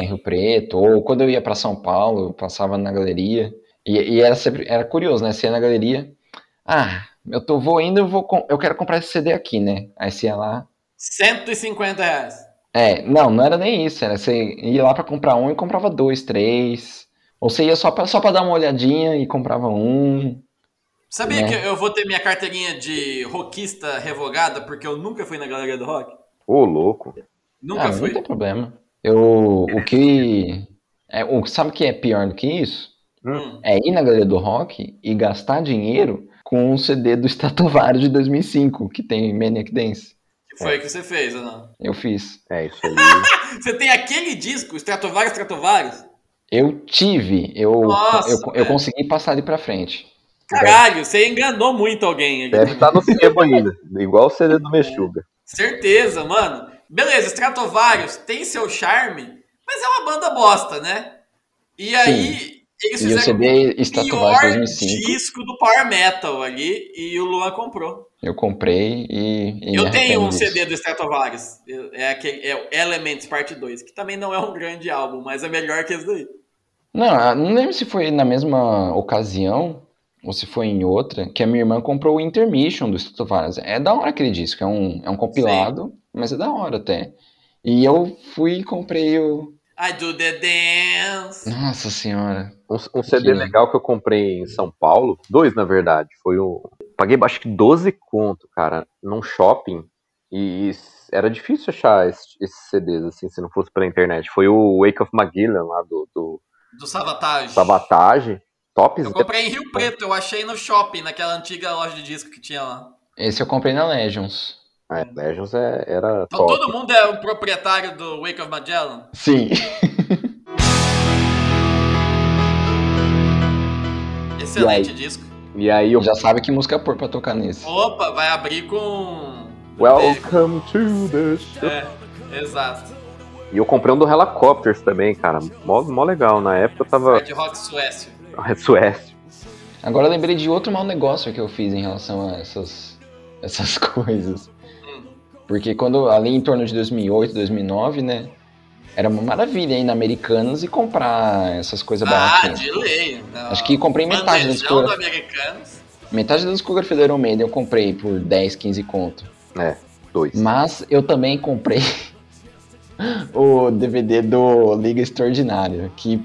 Speaker 3: Sim.
Speaker 4: Rio Preto. Ou quando eu ia pra São Paulo, eu passava na galeria. E, e era sempre. Era curioso, né? Você ia na galeria. Ah, eu tô vou indo, eu, vou, com- eu quero comprar esse CD aqui, né? Aí você ia lá.
Speaker 3: 150 reais.
Speaker 4: É, não, não era nem isso. Era você ia lá pra comprar um e comprava dois, três. Ou você ia só pra, só pra dar uma olhadinha e comprava um.
Speaker 3: Sabia
Speaker 4: Né?
Speaker 3: que eu vou ter minha carteirinha de rockista revogada porque eu nunca fui na galeria do rock?
Speaker 5: Ô, louco.
Speaker 3: Nunca
Speaker 4: ah,
Speaker 3: fui.
Speaker 4: não tem problema. Eu, o que. É, o, sabe o que é pior do que isso?
Speaker 3: Hum.
Speaker 4: É ir na galeria do rock e gastar dinheiro com um CD do Stratovarius de 2005, que tem Maniac Dance.
Speaker 3: Que Foi o que você fez, ou não?
Speaker 4: Eu fiz.
Speaker 5: É isso aí.
Speaker 3: Você tem aquele disco, Stratovarius, Stratovarius?
Speaker 4: Eu tive, eu,
Speaker 3: Nossa,
Speaker 4: eu, eu
Speaker 3: velho.
Speaker 4: consegui passar ali pra frente.
Speaker 3: Caralho, você enganou muito alguém. ali.
Speaker 5: Deve tá estar no sebo ainda. Igual o CD do Mexuga.
Speaker 3: Certeza, mano. Beleza, Stratovarius tem seu charme, mas é uma banda bosta, né? E aí, eles
Speaker 4: E o
Speaker 3: fizeram
Speaker 4: CD
Speaker 3: o
Speaker 4: Stratovarius
Speaker 3: pior
Speaker 4: 2005
Speaker 3: disco do Power Metal ali e o Luan comprou.
Speaker 4: eu comprei e. e me
Speaker 3: Eu tenho
Speaker 4: arrependo
Speaker 3: um
Speaker 4: disso.
Speaker 3: CD do Stratovarius, é, aquele, é o Elements Parte 2, que também não é um grande álbum, mas é melhor que esse daí.
Speaker 4: Não, ah, não lembro se foi na mesma ocasião ou se foi em outra, que a minha irmã comprou o Intermission do Instituto Vargas. É da hora aquele disco, é um, é um compilado, mas é da hora até. E eu fui e comprei o.
Speaker 3: I do the dance.
Speaker 4: Nossa senhora.
Speaker 5: Um, um CD
Speaker 4: Sim.
Speaker 5: legal que eu comprei em São Paulo, dois na verdade, foi um. Paguei acho que 12 conto, cara, num shopping. E, e era difícil achar es- esses CDs, assim, se não fosse pela internet. Foi o Wake of Magellan lá do, do
Speaker 3: Do Sabotage.
Speaker 5: Sabotage. Tops.
Speaker 3: Eu comprei em Rio Preto, eu achei no shopping, naquela antiga loja de disco que tinha lá.
Speaker 4: Esse eu comprei na Legions.
Speaker 5: É, Legends é- era
Speaker 3: Então
Speaker 5: top.
Speaker 3: todo mundo é o proprietário do Wake of Magellan?
Speaker 4: (laughs) Sim.
Speaker 3: Excelente disco.
Speaker 5: E aí eu.
Speaker 4: Já sabe que música pôr pra tocar nesse.
Speaker 3: Opa, vai abrir com.
Speaker 5: Welcome to the show.
Speaker 3: É, exato.
Speaker 5: E eu comprei um do Helicopters também, cara. Mó, mó legal. Na época eu tava.
Speaker 3: Hard Rock Suécio.
Speaker 5: Suécia.
Speaker 4: Agora eu lembrei de outro mau negócio que eu fiz em relação a essas, essas (laughs) coisas. Porque quando ali em torno de 2008, 2009, né? Era uma maravilha ir na Americanas e comprar essas coisas
Speaker 3: Ah,
Speaker 4: baratinhas.
Speaker 3: de lei. Não.
Speaker 4: Tá Acho que comprei metade da
Speaker 3: Bandejão do
Speaker 4: discografia.
Speaker 3: Americanos.
Speaker 4: Metade da discografia do Iron Maiden eu comprei por 10, 15 conto.
Speaker 5: É, dois.
Speaker 4: Mas eu também comprei (laughs) o DVD do Liga Extraordinária. Que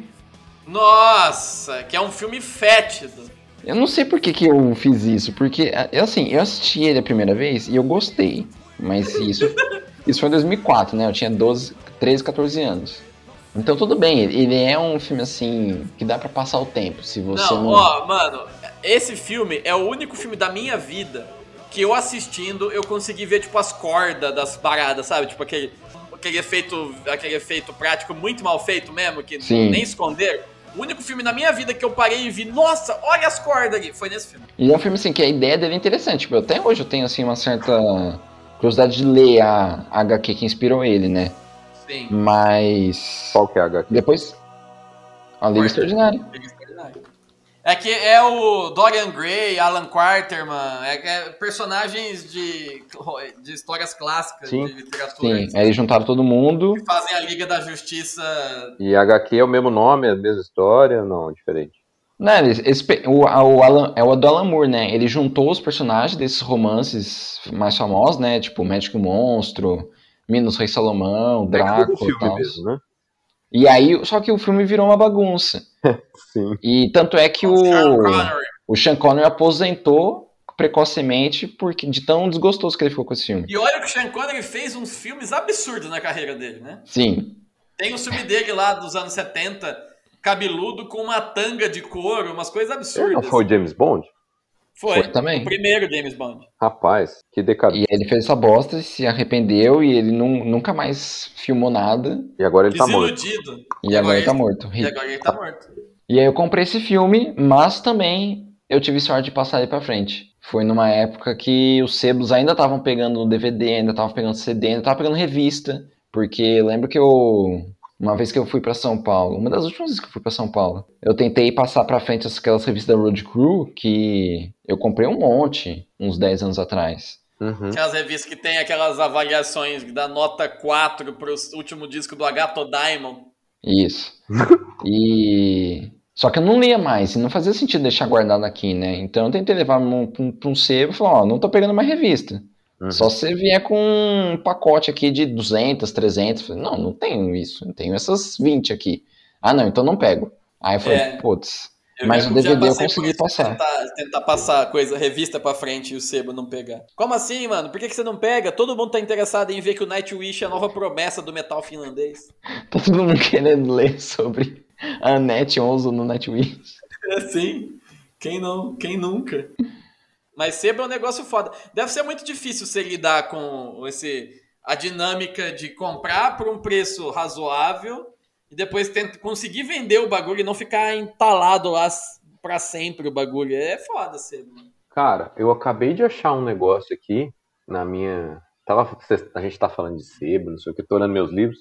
Speaker 3: Nossa, que é um filme fétido.
Speaker 4: eu não sei por que, que eu fiz isso. Porque, a- eu, assim, eu assisti ele a primeira vez e eu gostei.
Speaker 3: (laughs)
Speaker 4: Mas isso, isso foi em 2004, né? Eu tinha 12, 13, 14 anos. Então tudo bem, ele ele é um filme assim que dá pra passar o tempo. Se você
Speaker 3: Não,
Speaker 4: não.
Speaker 3: ó, mano, esse filme é o único filme da minha vida que eu assistindo eu consegui ver, tipo, as cordas das paradas, sabe? Tipo, aquele, aquele, efeito, aquele efeito prático muito mal feito mesmo, que
Speaker 4: Sim.
Speaker 3: nem esconder. O único filme na minha vida que eu parei e vi, nossa, olha as cordas ali, foi nesse filme.
Speaker 4: E é um filme assim que a ideia dele é interessante. Tipo, até hoje eu tenho assim uma certa curiosidade de ler a a HQ que inspirou ele, né?
Speaker 3: Sim.
Speaker 4: Mas
Speaker 5: Qual que é a HQ?
Speaker 4: depois a Liga
Speaker 3: Quarter.
Speaker 4: Extraordinária.
Speaker 3: É que é o Dorian Gray, Alan Quarterman, é, é personagens de, de histórias clássicas,
Speaker 5: Sim.
Speaker 3: de literatura.
Speaker 4: Sim, é. aí eles juntaram todo mundo.
Speaker 3: que Fazem a Liga da Justiça
Speaker 5: E HQ é o mesmo nome, é a mesma história? Não, é diferente.
Speaker 4: Não, eles- eles pe- o, a- o Alan, é o do Alan Moore, né? Ele juntou os personagens desses romances mais famosos, né? Tipo Médico e Monstro, Minos Rei Salomão,
Speaker 5: É que
Speaker 4: Drácula
Speaker 5: foi
Speaker 4: e
Speaker 5: um filme
Speaker 4: tal.
Speaker 5: mesmo, né?
Speaker 4: E aí, só que o filme virou uma bagunça.
Speaker 5: (laughs) Sim.
Speaker 4: E tanto é que o,
Speaker 3: Sean Connery.
Speaker 4: o Sean Connery aposentou precocemente porque de tão desgostoso que ele ficou com esse filme.
Speaker 3: E olha que o Sean Connery fez uns filmes absurdos na carreira dele, né?
Speaker 4: Sim,
Speaker 3: Tem um filme dele lá dos anos 70, cabeludo com uma tanga de couro, umas coisas
Speaker 5: Ele não
Speaker 3: absurdas.
Speaker 5: foi o James Bond?
Speaker 3: Foi.
Speaker 4: foi,
Speaker 3: O
Speaker 4: também.
Speaker 3: primeiro James Bond.
Speaker 5: Rapaz, que decadente.
Speaker 4: E aí ele fez essa bosta, se arrependeu e ele nun- nunca mais filmou nada.
Speaker 5: E agora ele tá morto.
Speaker 3: Desiludido.
Speaker 4: E agora ele tá
Speaker 3: ele-
Speaker 4: morto.
Speaker 3: E agora ele tá morto.
Speaker 4: E aí eu comprei esse filme, mas também eu tive sorte de passar ele pra frente. Foi numa época que os sebos ainda estavam pegando DVD, ainda estavam pegando CD, ainda estavam pegando revista. Porque eu lembro que eu. Uma vez que eu fui pra São Paulo, uma das últimas vezes que eu fui pra São Paulo, eu tentei passar pra frente aquelas revistas da Road Crew que eu comprei um monte uns 10 anos atrás.
Speaker 5: Uhum.
Speaker 3: Tinha as revistas que tem aquelas avaliações da nota 4 pro último disco do Agato Diamond.
Speaker 4: Isso. E. Só que eu não lia mais, e não fazia sentido deixar guardado aqui, né? Então eu tentei levar num- pra um, pra um sebo e falar: ó, não tô pegando mais revista.
Speaker 5: Uhum.
Speaker 4: Só se você vier com um pacote aqui de 200, 300. Falei, não, não tenho isso. Eu tenho essas 20 aqui. Ah, não, então não pego. Aí eu falei:
Speaker 3: É.
Speaker 4: putz. (laughs)
Speaker 3: Eu
Speaker 4: Mas
Speaker 3: já-
Speaker 4: o DVD
Speaker 3: já passei
Speaker 4: eu consegui
Speaker 3: por isso,
Speaker 4: passar.
Speaker 3: Tentar, tentar passar coisa, revista pra frente e o sebo não pegar. Como assim, mano? Por que, que você não pega? Todo mundo tá interessado em ver que o Nightwish é a nova promessa do metal finlandês.
Speaker 4: Tá todo mundo querendo ler sobre a Annette Onze no Nightwing.
Speaker 3: É sim. Quem não? Quem nunca? Mas sebo é um negócio foda. Deve ser muito difícil você lidar com esse a dinâmica de comprar por um preço razoável e depois tenta conseguir vender o bagulho e não ficar entalado lá pra sempre o bagulho. É foda, sebo.
Speaker 5: Cara, eu acabei de achar um negócio aqui na minha. Tava... A gente tá falando de sebo, não sei o que, tô olhando meus livros.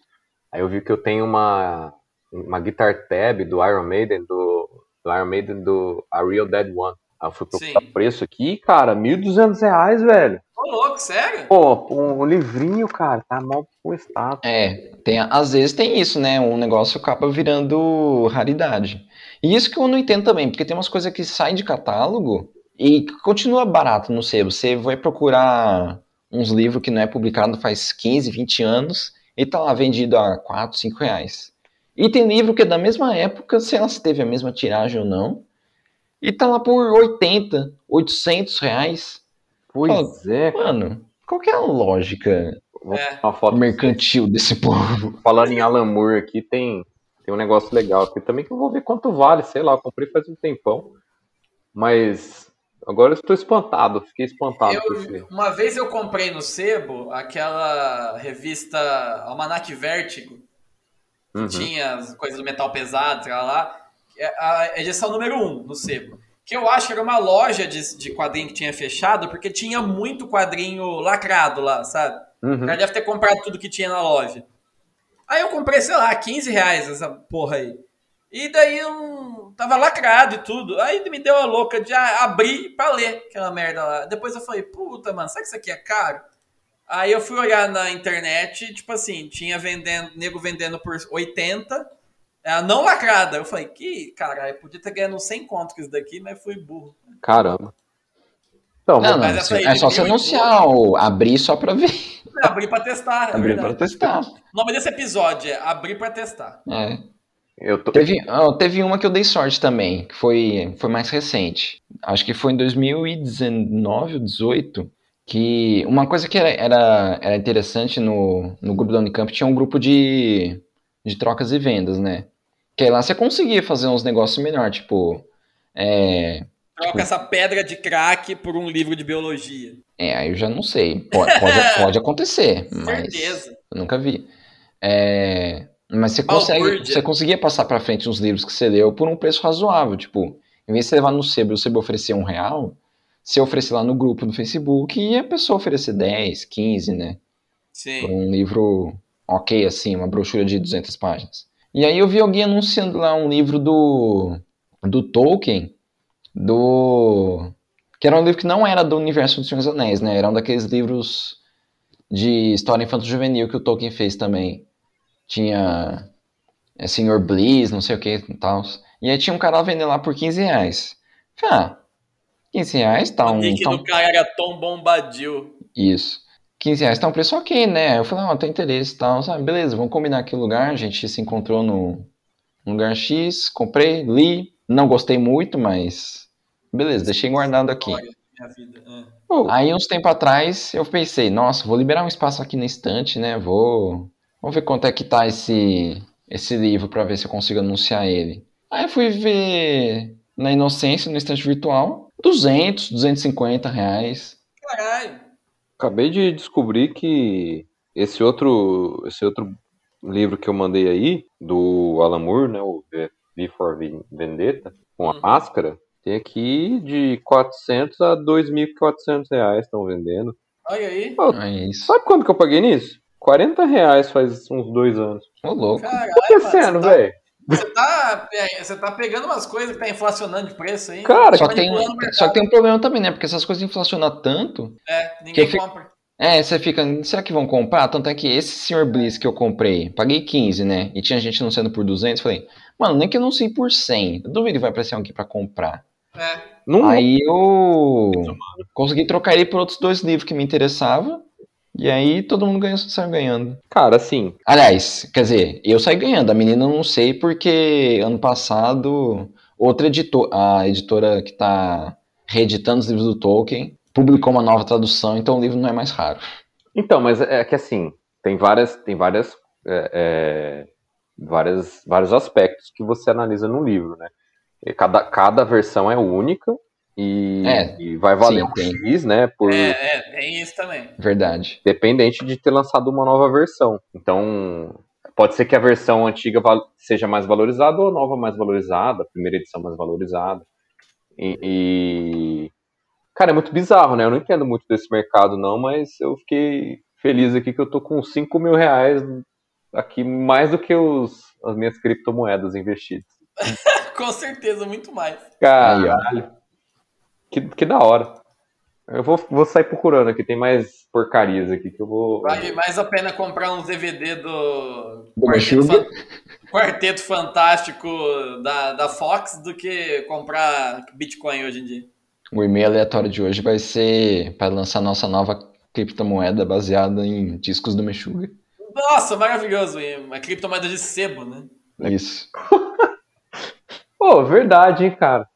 Speaker 5: Aí eu vi que eu tenho uma, uma guitar tab do Iron Maiden, do, do Iron Maiden do A Real Dead One. Aí eu fui procurar
Speaker 3: Sim.
Speaker 5: preço aqui, cara, 1.200 reais, velho.
Speaker 3: Ô, louco, sério?
Speaker 5: Pô, um livrinho, cara, tá mal postado.
Speaker 4: É, tem, às vezes tem isso, né? Um negócio acaba virando raridade. E isso que eu não entendo também, porque tem umas coisas que saem de catálogo e continua barato no sebo. Você vai procurar uns livros que não é publicado faz 15, 20 anos e tá lá vendido a 4, 5 reais. E tem livro que é da mesma época, sei lá se teve a mesma tiragem ou não, e tá lá por 80, 800 reais.
Speaker 5: Pois é, cara.
Speaker 4: Mano, qual que é a lógica
Speaker 5: Vou
Speaker 3: É.
Speaker 5: tirar uma foto
Speaker 4: mercantil desse povo?
Speaker 5: Falando em Alan Moore aqui, tem, tem um negócio legal aqui também que eu vou ver quanto vale, sei lá, eu comprei faz um tempão. Mas agora eu estou espantado, fiquei espantado
Speaker 3: Eu-
Speaker 5: com esse.
Speaker 3: uma vez eu comprei no Sebo aquela revista Almanac Vértigo, que
Speaker 5: Uhum.
Speaker 3: tinha as coisas do metal pesado, sei lá, lá. que é a edição número 1 um, no Sebo. Que eu acho que era uma loja de, de quadrinho que tinha fechado, porque tinha muito quadrinho lacrado lá, sabe? O
Speaker 5: Uhum.
Speaker 3: cara deve ter comprado tudo que tinha na loja. Aí eu comprei, sei lá, 15 reais essa porra aí. E daí eu tava lacrado e tudo. Aí me deu a louca de a- abrir pra ler aquela merda lá. Depois eu falei, puta, mano, será que isso aqui é caro? Aí eu fui olhar na internet, tipo assim, tinha vendendo, nego vendendo por 80, eh, não lacrada. Eu falei, que caralho, podia ter ganhado uns 100 conto com isso daqui, mas fui burro.
Speaker 5: Caramba. Então,
Speaker 4: Não, não,
Speaker 3: Mas essa
Speaker 4: assim,
Speaker 3: aí
Speaker 4: é
Speaker 3: de
Speaker 4: só você
Speaker 3: mil e
Speaker 4: anunciar, ou abrir só pra ver.
Speaker 3: Falei, Abri pra testar. é
Speaker 4: Abrir pra
Speaker 3: verdade.
Speaker 4: testar.
Speaker 3: O nome desse episódio é Abrir pra testar.
Speaker 4: É.
Speaker 5: eu tô.
Speaker 4: Teve, ah, teve uma que eu dei sorte também, que foi, foi mais recente. Acho que foi em 2019 ou 18. Que uma coisa que era, era, era interessante no, no grupo da Unicamp tinha um grupo de, de trocas e vendas, né? Que aí lá você conseguia fazer uns negócios melhor, tipo. É,
Speaker 3: Troca essa pedra de crack por um livro de biologia.
Speaker 4: é, aí eu já não sei. Pode,
Speaker 3: (laughs)
Speaker 4: pode, pode acontecer, mas.
Speaker 3: Certeza.
Speaker 4: Eu nunca vi. É, Mas você consegue,
Speaker 3: Balbúrdia.
Speaker 4: você conseguia passar pra frente uns livros que você leu por um preço razoável, tipo, em vez de você levar no sebo e o sebo oferecer um real, você oferecer lá no grupo no Facebook e a pessoa oferecer 10, 15, né? Por
Speaker 3: Sim.
Speaker 4: um livro ok, assim, uma brochura de 200 páginas. E aí eu vi alguém anunciando lá um livro do, do Tolkien, do... que era um livro que não era do universo dos Senhor dos Anéis, né? Era um daqueles livros de história infanto-juvenil que o Tolkien fez também. Tinha é, Senhor Bliss, não sei o que e tal. E aí tinha um cara lá vendendo lá por 15 reais. Falei, ah, 15 reais tá
Speaker 3: O
Speaker 4: um.
Speaker 3: nick
Speaker 4: tá um-
Speaker 3: do cara era Tom Bombadil.
Speaker 4: Isso. 15 reais tá um preço ok, né? Eu falei, ah, tem interesse e tal, sabe? Beleza, vamos combinar aqui o lugar. A gente se encontrou no no lugar X, comprei, li. Não gostei muito, mas. Beleza, deixei guardado aqui.
Speaker 3: Olha, minha vida. é.
Speaker 4: Aí, uns tempo atrás, eu pensei, nossa, vou liberar um espaço aqui na estante, né? Vou. Vamos ver quanto é que tá esse, esse livro pra ver se eu consigo anunciar ele. Aí eu fui ver na Inocência, no estante virtual, 200, 250 reais.
Speaker 3: Caralho.
Speaker 5: Acabei de descobrir que esse outro, esse outro livro que eu mandei aí, do Alan Moore, né, o V V for Ven- Vendetta, com a
Speaker 3: Uhum.
Speaker 5: máscara, tem aqui de 400 a 2.400 reais estão vendendo.
Speaker 3: Olha aí.
Speaker 4: É isso.
Speaker 5: Sabe quanto que eu paguei nisso? 40 reais faz uns dois anos.
Speaker 4: Ô, louco.
Speaker 3: Caralho.
Speaker 5: O que tá acontecendo,
Speaker 3: mano,
Speaker 5: velho?
Speaker 3: Você tá, você tá- você tá pegando umas coisas que tá inflacionando de preço aí.
Speaker 5: Cara,
Speaker 4: Só
Speaker 3: Tá
Speaker 4: que, tem,
Speaker 3: manipulando o mercado.
Speaker 4: só que tem um problema também, né? Porque essas coisas inflacionam tanto.
Speaker 3: É, ninguém
Speaker 4: que fi-
Speaker 3: compra.
Speaker 4: É, você fica, será que vão comprar? Tanto é que esse Sr. Bliss que eu comprei, paguei 15, né? E tinha gente anunciando por 200. Falei, mano, nem que eu anuncie por 100. Eu duvido que vai aparecer alguém pra comprar.
Speaker 3: É.
Speaker 5: Não
Speaker 4: Aí eu consegui trocar ele por outros dois livros que me interessavam. E aí todo mundo ganhou, saiu ganhando.
Speaker 5: Cara, assim,
Speaker 4: Aliás, quer dizer, eu saí ganhando. A menina eu não sei porque ano passado outra editora, a editora que tá reeditando os livros do Tolkien, publicou uma nova tradução, então o livro não é mais raro.
Speaker 5: então, mas é que assim, tem várias, tem várias, é, é, várias, vários aspectos que você analisa num livro, né? E Cada, cada versão é única e,
Speaker 4: É,
Speaker 5: e vai valer
Speaker 4: sim,
Speaker 5: um
Speaker 4: tem.
Speaker 5: X, né? Por,
Speaker 3: É, é, tem isso também.
Speaker 4: Verdade.
Speaker 5: Dependente de ter lançado uma nova versão. Então, pode ser que a versão antiga val- seja mais valorizada ou a nova mais valorizada, a primeira edição mais valorizada. E, e- Cara, é muito bizarro, né? Eu não entendo muito desse mercado, não, mas eu fiquei feliz aqui que eu tô com 5 mil reais aqui, mais do que os, as minhas criptomoedas investidas.
Speaker 3: Com certeza, muito mais.
Speaker 4: Aí,
Speaker 5: Cara,
Speaker 4: ó.
Speaker 5: que, que da hora. Eu vou, vou sair procurando aqui, tem mais porcarias aqui que eu vou.
Speaker 3: Vale mais a pena comprar um uns DVD do
Speaker 4: Do
Speaker 3: Quarteto,
Speaker 4: Machuga.
Speaker 3: Fan- Quarteto Fantástico da, da Fox do que comprar Bitcoin hoje em dia.
Speaker 4: O e-mail aleatório de hoje vai ser para lançar nossa nova criptomoeda baseada em discos do Meshuga.
Speaker 3: Nossa, maravilhoso. E Uma criptomoeda de sebo, né?
Speaker 4: É Isso.
Speaker 5: Pô, verdade, hein, cara.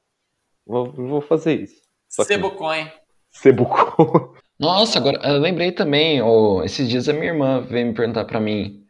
Speaker 5: Vou, vou fazer isso. Só que-
Speaker 3: Sebo Coin.
Speaker 5: Cebucou.
Speaker 4: Nossa, agora eu lembrei também, ô, esses dias a minha irmã veio me perguntar pra mim.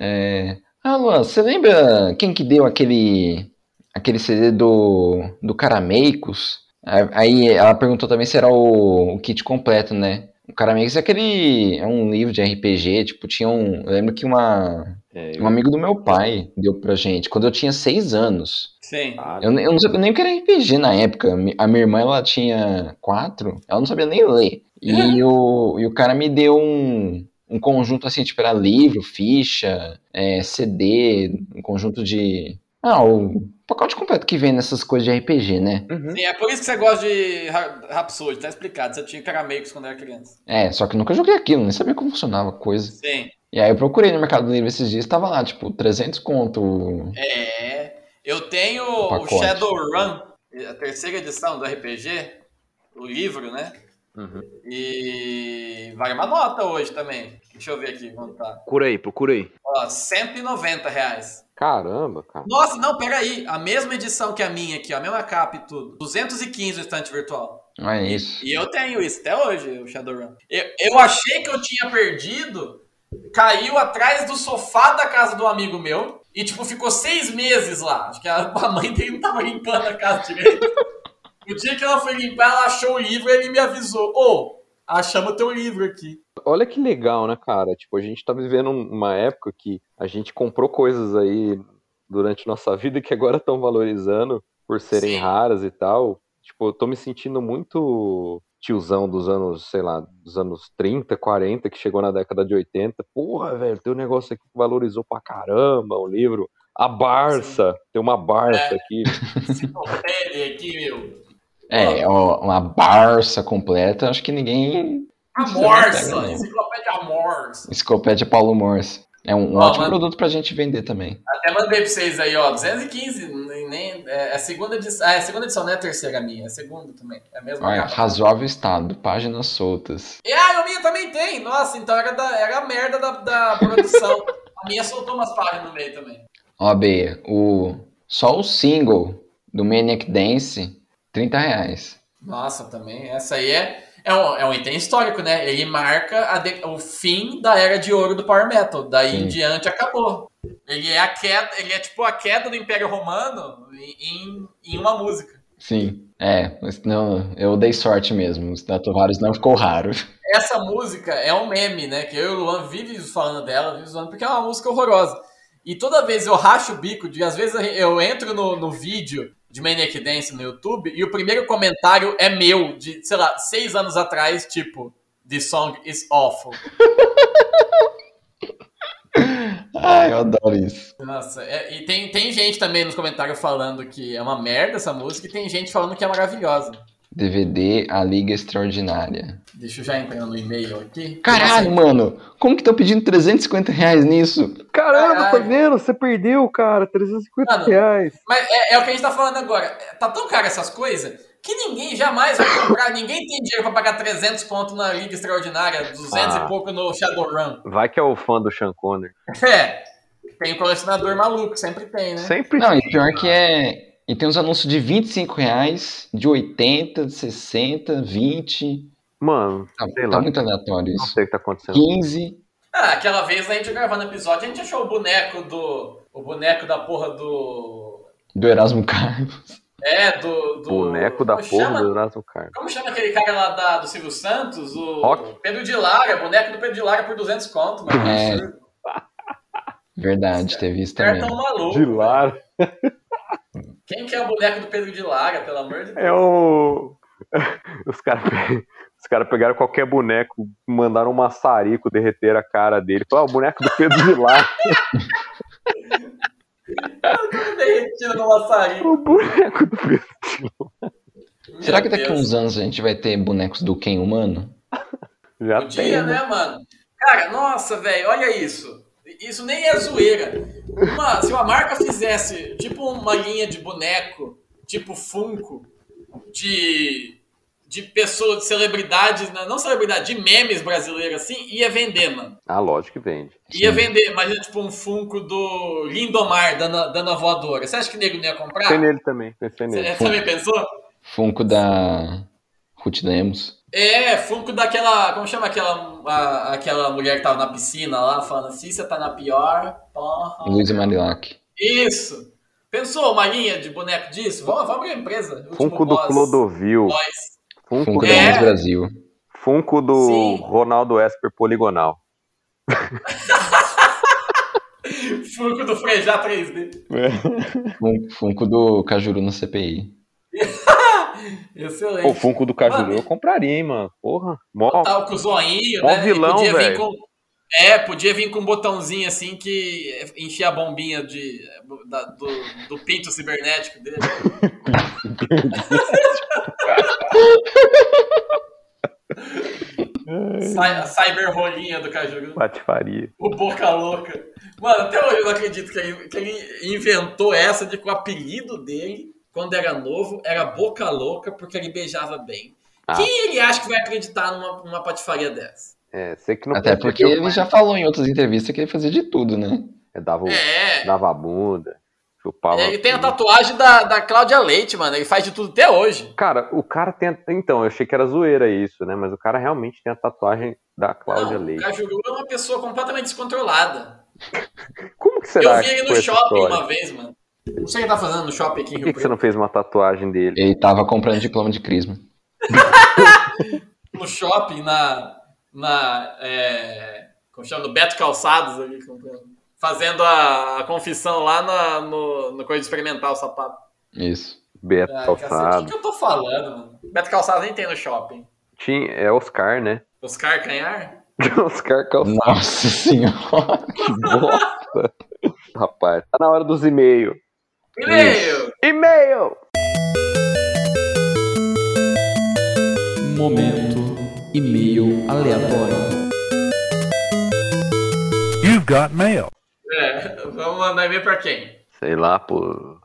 Speaker 4: é, ah, Luan, você lembra quem que deu aquele aquele CD do, do Carameicos? A- Aí ela perguntou também se era o, o kit completo, né? O Carameicos é aquele. É um livro de RPG, tipo, tinha um. Eu lembro que uma, um amigo do meu pai deu pra gente, quando eu tinha seis anos.
Speaker 3: Sim.
Speaker 4: (laughs)
Speaker 5: Ah.
Speaker 4: Eu, ne- eu não sabia nem o que era RPG na época. Mi- A minha irmã, ela tinha quatro, ela não sabia nem ler. E, o, e o cara me deu um, um conjunto assim, tipo, era livro, ficha, é, CD, um conjunto de. Ah, o pacote completo que vem nessas coisas de RPG, né?
Speaker 3: Sim, é por isso que você gosta de Ra- Rhapsody, tá explicado. Você tinha caramecos quando era criança.
Speaker 4: É, só que eu nunca joguei aquilo, nem sabia como funcionava a coisa.
Speaker 3: Sim.
Speaker 4: E aí eu procurei no Mercado Livre esses dias, tava lá, tipo, 300 conto.
Speaker 3: É. Eu tenho
Speaker 4: O
Speaker 3: o
Speaker 4: pacote.
Speaker 3: Shadowrun, a terceira edição do RPG, o livro, né? E vai uma nota hoje também. Deixa eu ver aqui quanto tá.
Speaker 6: Procura aí, procura aí.
Speaker 3: Ó, R$ 190 reais.
Speaker 5: Caramba, cara.
Speaker 3: Nossa, não, peraí. A mesma edição que a minha aqui, ó, a mesma capa e tudo. 215 no estante virtual.
Speaker 4: Não é isso.
Speaker 3: E eu tenho isso até hoje, o Shadowrun. Eu, eu achei que eu tinha perdido, caiu atrás do sofá da casa do amigo meu e, tipo, ficou seis meses lá. Acho que a, (laughs) a mãe dele não tava limpando a casa direito. o dia que ela foi limpar, ela achou o livro e ele me avisou. Ô, achamos teu livro aqui.
Speaker 5: Olha que legal, né, cara? Tipo, a gente tá vivendo uma época que a gente comprou coisas aí durante nossa vida que agora estão valorizando por serem
Speaker 3: Sim.
Speaker 5: raras e tal. Tipo, eu tô me sentindo muito tiozão dos anos, sei lá, dos anos 30, 40, que chegou na década de 80. Porra, velho, tem um negócio aqui que valorizou pra caramba o livro. A Barça, tem uma
Speaker 6: É.
Speaker 5: Barça aqui.
Speaker 3: enciclopédia aqui, meu.
Speaker 4: É, ó, uma Barça completa, acho que ninguém
Speaker 3: Amorça,
Speaker 4: Não.
Speaker 3: enciclopédia Amorça.
Speaker 4: Enciclopédia Paulo Morse. É um
Speaker 3: Ó,
Speaker 4: ótimo
Speaker 3: mas-
Speaker 4: produto pra gente vender também.
Speaker 3: Até mandei pra vocês aí, ó, 215, nem, nem- É, é segunda edição. Ah, é segunda edição, não é a terceira minha. É segunda também. É a mesma.
Speaker 4: Olha,
Speaker 3: capa.
Speaker 4: razoável estado, páginas soltas.
Speaker 3: E ah, a minha também tem. Nossa, então era, da, era a merda da, da
Speaker 4: (laughs)
Speaker 3: produção. a minha soltou umas páginas no meio também.
Speaker 4: Ó, Bia, o... só o single do Maniac Dance, 30 reais.
Speaker 3: Nossa, também. Essa aí é, é, um, é um item histórico, né? Ele marca a de- o fim da era de ouro do Power Metal. Daí
Speaker 4: Sim.
Speaker 3: em diante acabou. Ele é a queda, ele é tipo a queda do Império Romano em, em- em uma música.
Speaker 4: Sim. É, mas não, eu dei sorte mesmo. O Stato Vários não ficou raro. (laughs)
Speaker 3: Essa música é um meme, né? Que eu e o Luan vive falando dela, vive zoando, porque é uma música horrorosa. E toda vez eu racho o bico, de, às vezes eu entro no, no vídeo de Maniac Dance no YouTube e o primeiro comentário é meu, de, sei lá, seis anos atrás, tipo, The song is awful.
Speaker 4: Ai, eu adoro isso.
Speaker 3: Nossa, é- e tem, tem gente também nos comentários falando que é uma merda essa música e tem gente falando que é maravilhosa.
Speaker 4: DVD A Liga Extraordinária.
Speaker 3: Deixa eu já entrar no e-mail aqui.
Speaker 4: Caralho, mano! Como que estão pedindo 350 reais nisso?
Speaker 5: Caramba, tá
Speaker 3: Caralho.
Speaker 5: vendo? Você perdeu, cara. 350
Speaker 3: Mano.
Speaker 5: reais.
Speaker 3: Mas é, é o que a gente tá falando agora. É, Tá tão caro essas coisas que ninguém jamais vai comprar, (laughs) ninguém tem dinheiro pra pagar 300 conto na Liga Extraordinária, 200
Speaker 5: Ah.
Speaker 3: e pouco no Shadowrun.
Speaker 5: Vai que é o fã do Sean Connery.
Speaker 3: (laughs) É, tem colecionador maluco, sempre tem, né?
Speaker 5: Sempre
Speaker 4: Não, e pior que é. E tem uns anúncios de 25 reais, de 80, de 60, 20.
Speaker 5: Mano,
Speaker 4: Tá,
Speaker 5: Sei
Speaker 4: tá
Speaker 5: lá.
Speaker 4: muito aleatório
Speaker 5: não
Speaker 4: isso.
Speaker 5: sei o que tá acontecendo.
Speaker 4: 15.
Speaker 3: Ah, aquela vez a gente gravando episódio, a gente achou o boneco do. O boneco da porra do.
Speaker 4: Do Erasmo Carlos.
Speaker 3: É, do. do
Speaker 5: Boneco da
Speaker 3: como
Speaker 5: porra
Speaker 3: chama?
Speaker 5: do Erasmo Carlos.
Speaker 3: Como chama aquele cara lá da- do Silvio Santos? O
Speaker 5: Rock?
Speaker 3: Pedro de Lara, boneco do Pedro de Lara por 200 conto, mano.
Speaker 4: É,
Speaker 3: Absurdo.
Speaker 4: (laughs) Verdade, teve isso
Speaker 3: O cara é
Speaker 4: também.
Speaker 3: tão maluco.
Speaker 5: De Lara.
Speaker 3: Quem que é o boneco do Pedro de Lara, pelo amor de Deus?
Speaker 5: É o. (laughs) Os caras pe- Os caras pegaram qualquer boneco, mandaram um maçarico, derreter a cara dele. Falaram, ah, o boneco do Pedro de
Speaker 3: (laughs)
Speaker 5: Lara.
Speaker 3: Derretido no maçarico.
Speaker 5: o boneco do Pedro.
Speaker 4: Será que daqui a
Speaker 3: Meu Deus.
Speaker 4: uns anos a gente vai ter bonecos do Ken humano?
Speaker 5: Já tem.
Speaker 3: Podia, né, mano? Cara, nossa, velho, olha isso. Isso nem é zoeira. Uma- se uma marca fizesse, tipo, uma linha de boneco, tipo Funko, de, de pessoas, de celebridades, né, não celebridade, de memes brasileiros, assim, ia vender, mano.
Speaker 5: Ah, lógico que vende.
Speaker 3: Ia
Speaker 4: Sim.
Speaker 3: vender, imagina, tipo, um Funko do Lindomar, dando, dando a voadora. Você acha que o nego não ia comprar?
Speaker 5: Pensei nele também. Pensei
Speaker 3: Você é
Speaker 5: nele.
Speaker 3: você também pensou?
Speaker 4: Funko da Ruth Lemos.
Speaker 3: É, Funko daquela. Como chama aquela, a- aquela mulher que tava na piscina lá, falando assim, você tá na pior. Porra.
Speaker 4: Luiz Marilac.
Speaker 3: Isso! Pensou uma linha de boneco disso? Vamos, vamos abrir a empresa. Último
Speaker 5: Funko do
Speaker 3: boss.
Speaker 5: Clodovil.
Speaker 3: Boss.
Speaker 5: Funko,
Speaker 4: Funko da
Speaker 3: É.
Speaker 4: Miss Brasil.
Speaker 5: Funko do
Speaker 3: Sim.
Speaker 5: Ronaldo Esper Poligonal.
Speaker 3: (laughs) Funko do Frejá 3D.
Speaker 4: Fun- Funko do Cajuru no CPI.
Speaker 3: Excelente.
Speaker 5: Pô, Funko do Cajuru eu compraria, hein, mano. Porra. Mó,
Speaker 3: Tal, Tá com o zoinho,
Speaker 5: Mó
Speaker 3: né? E
Speaker 5: vilão,
Speaker 3: podia vir
Speaker 5: velho.
Speaker 3: com- É, podia vir com um botãozinho assim que enchia a bombinha de, da- do, do pinto cibernético dele. (laughs) Cy- Cyber rolinha do Cajuru.
Speaker 5: patifaria.
Speaker 3: O Boca Louca. Mano, até hoje eu não acredito que ele, que ele inventou essa de que o apelido dele, quando era novo, era Boca Louca porque ele beijava bem.
Speaker 5: Ah.
Speaker 3: Quem ele acha que vai acreditar numa, numa patifaria dessa?
Speaker 5: É, sei que não
Speaker 4: Até porque
Speaker 5: percebeu,
Speaker 4: ele já falou em outras entrevistas que ele fazia de tudo, né?
Speaker 5: É, dava, o-
Speaker 3: É.
Speaker 5: dava a bunda, chupava.
Speaker 3: Ele tem a
Speaker 5: tudo.
Speaker 3: tatuagem da, da Cláudia Leite, mano. Ele faz de tudo até hoje.
Speaker 5: Cara, o cara tem. Então, eu achei que era zoeira isso, né? Mas o cara realmente tem a tatuagem da Cláudia
Speaker 3: não,
Speaker 5: Leite.
Speaker 3: O Cajuru é uma pessoa completamente descontrolada.
Speaker 5: Como que será
Speaker 3: eu vi
Speaker 5: que
Speaker 3: ele no
Speaker 5: foi essa
Speaker 3: shopping
Speaker 5: história?
Speaker 3: uma vez, mano. Não sei o que ele tá fazendo no shopping aqui em
Speaker 5: Por
Speaker 3: Rio
Speaker 5: que, que (laughs) você
Speaker 3: Preto.
Speaker 5: não fez uma tatuagem dele?
Speaker 4: Ele tava comprando diploma de crisma.
Speaker 3: No shopping, na. na é, como chama? No Beto Calçados ali, comprando. Fazendo a, a confissão lá na, no, no Coisa Experimental, o sapato.
Speaker 4: Isso.
Speaker 5: Beto
Speaker 3: Ah, cacete, o que
Speaker 5: Calçado.
Speaker 3: que eu tô falando, mano? Beto Calçados nem tem no shopping.
Speaker 5: Tinha, é Oscar, né? (laughs)
Speaker 3: Oscar Canhar?
Speaker 5: Oscar Calçado.
Speaker 4: Nossa (laughs) senhora.
Speaker 5: Nossa. (laughs) Rapaz, tá na hora dos e-mails.
Speaker 3: E-mail!
Speaker 5: E-mail!
Speaker 2: Momento e-mail aleatório.
Speaker 6: You've got mail.
Speaker 3: É, vamos mandar e-mail pra quem?
Speaker 5: Sei lá, pô.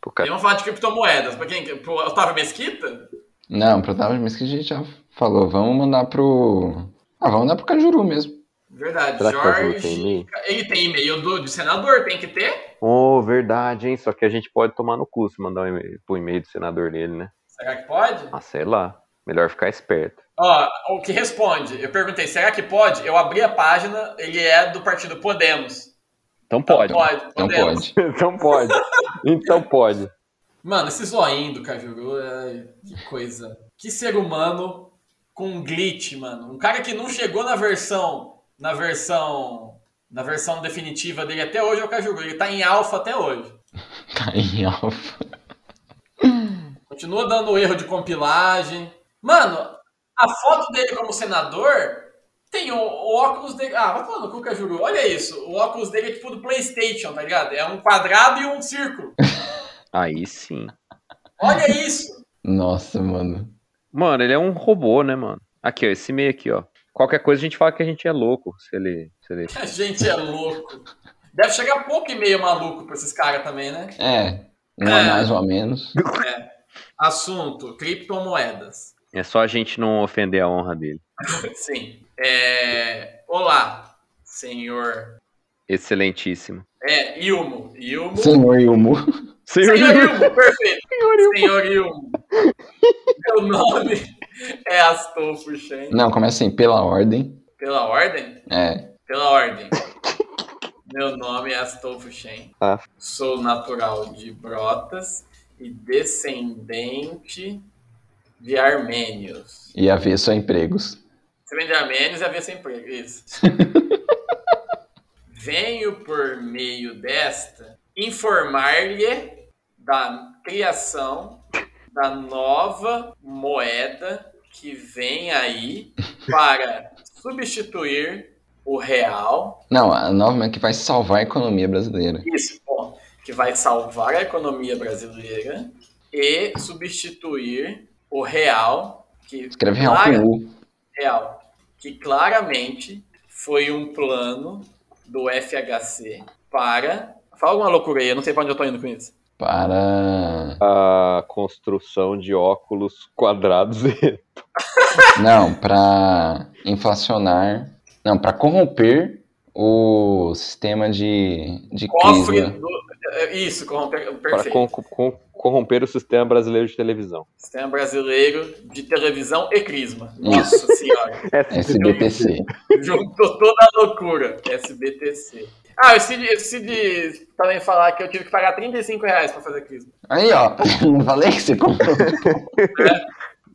Speaker 5: Pro
Speaker 3: E
Speaker 5: cara.
Speaker 3: vamos falar de criptomoedas. Pra quem? Pro Otávio Mesquita?
Speaker 4: Não, pro Otávio Mesquita a gente já falou. Vamos mandar pro. Ah, vamos mandar pro Cajuru mesmo.
Speaker 3: Verdade.
Speaker 5: Será que o Cajuru
Speaker 3: Jorge.
Speaker 5: tem e-mail?
Speaker 3: Ele tem e-mail do, de senador, tem que ter?
Speaker 5: Ô, verdade, hein? Só que a gente pode tomar no cu se mandar um e-mail, pro e-mail do senador dele, né?
Speaker 3: Será que pode?
Speaker 5: Ah, sei lá. Melhor ficar esperto.
Speaker 3: Ó, o que responde? Eu perguntei, será que pode? Eu abri a página, ele é do partido Podemos.
Speaker 5: Então pode.
Speaker 3: Pode,
Speaker 4: Não
Speaker 3: Podemos.
Speaker 4: pode.
Speaker 5: (laughs)
Speaker 4: (laughs)
Speaker 5: então pode. Então pode.
Speaker 3: Mano, esse zoinho do Cajuru, ai, que coisa. Que ser humano com um glitch, mano. Um cara que não chegou na versão, na versão, na versão definitiva dele até hoje é o Cajuru. Ele tá em alfa até hoje.
Speaker 4: Tá em alfa.
Speaker 3: Continua dando erro de compilagem. Mano, a foto dele como senador tem o, o óculos dele. Ah, vai falando com o Cajuru. Olha isso. O óculos dele é tipo do PlayStation, tá ligado? É um quadrado e um círculo.
Speaker 5: Aí sim.
Speaker 3: Olha isso. (laughs)
Speaker 4: Nossa, mano.
Speaker 5: Mano, ele é um robô, né, mano? Aqui, ó, esse meio aqui, ó. Qualquer coisa a gente fala que a gente é louco, se ele. Se ele...
Speaker 3: A gente é louco. Deve chegar pouco e meio maluco pra esses caras também, né?
Speaker 4: É. Um
Speaker 3: É.
Speaker 4: a mais ou a menos.
Speaker 3: Assunto: criptomoedas.
Speaker 5: É só a gente não ofender a honra dele.
Speaker 3: Sim. É... Olá, senhor.
Speaker 5: Excelentíssimo.
Speaker 3: É, Ilmo. Ilmo.
Speaker 4: Senhor Yumu.
Speaker 5: Senhor,
Speaker 3: Senhor Ilmo, perfeito. Senhor Ilmo. Meu nome é Astolfo Shen.
Speaker 4: Não, começa assim, pela ordem.
Speaker 3: Pela ordem?
Speaker 4: É.
Speaker 3: Pela ordem. Meu nome é Astolfo Shen.
Speaker 5: Ah.
Speaker 3: Sou natural de Brotas e descendente de armênios.
Speaker 4: E avesso a empregos.
Speaker 3: Descendente de armênios é avesso a emprego, isso.
Speaker 4: (laughs)
Speaker 3: Venho por meio desta informar-lhe da criação da nova moeda que vem aí para substituir o real
Speaker 4: Não, a nova que vai salvar a economia brasileira.
Speaker 3: isso, bom, que vai salvar a economia brasileira e substituir o real, que
Speaker 4: Escreve real
Speaker 3: clara-
Speaker 4: com né? U.
Speaker 3: real, que claramente foi um plano do FHC para. Fala alguma loucura aí, eu não sei pra onde eu tô indo com isso.
Speaker 4: Para.
Speaker 5: A construção de óculos quadrados. (laughs)
Speaker 4: Não, para inflacionar. Não, para corromper o sistema de, de
Speaker 3: Cofre
Speaker 4: crise. né?
Speaker 3: do. é, Isso, corromper.
Speaker 5: para
Speaker 3: Perfeito.
Speaker 5: con- con- corromper o sistema brasileiro de televisão.
Speaker 3: Sistema brasileiro de televisão e crisma.
Speaker 4: Isso.
Speaker 3: Nossa senhora. (laughs)
Speaker 4: SBTC.
Speaker 3: Juntou toda a loucura. SBTC. Ah, eu decidi, eu decidi também falar que eu tive que pagar 35 reais pra fazer crisma.
Speaker 4: Aí, ó. (laughs) Não falei que você comprou.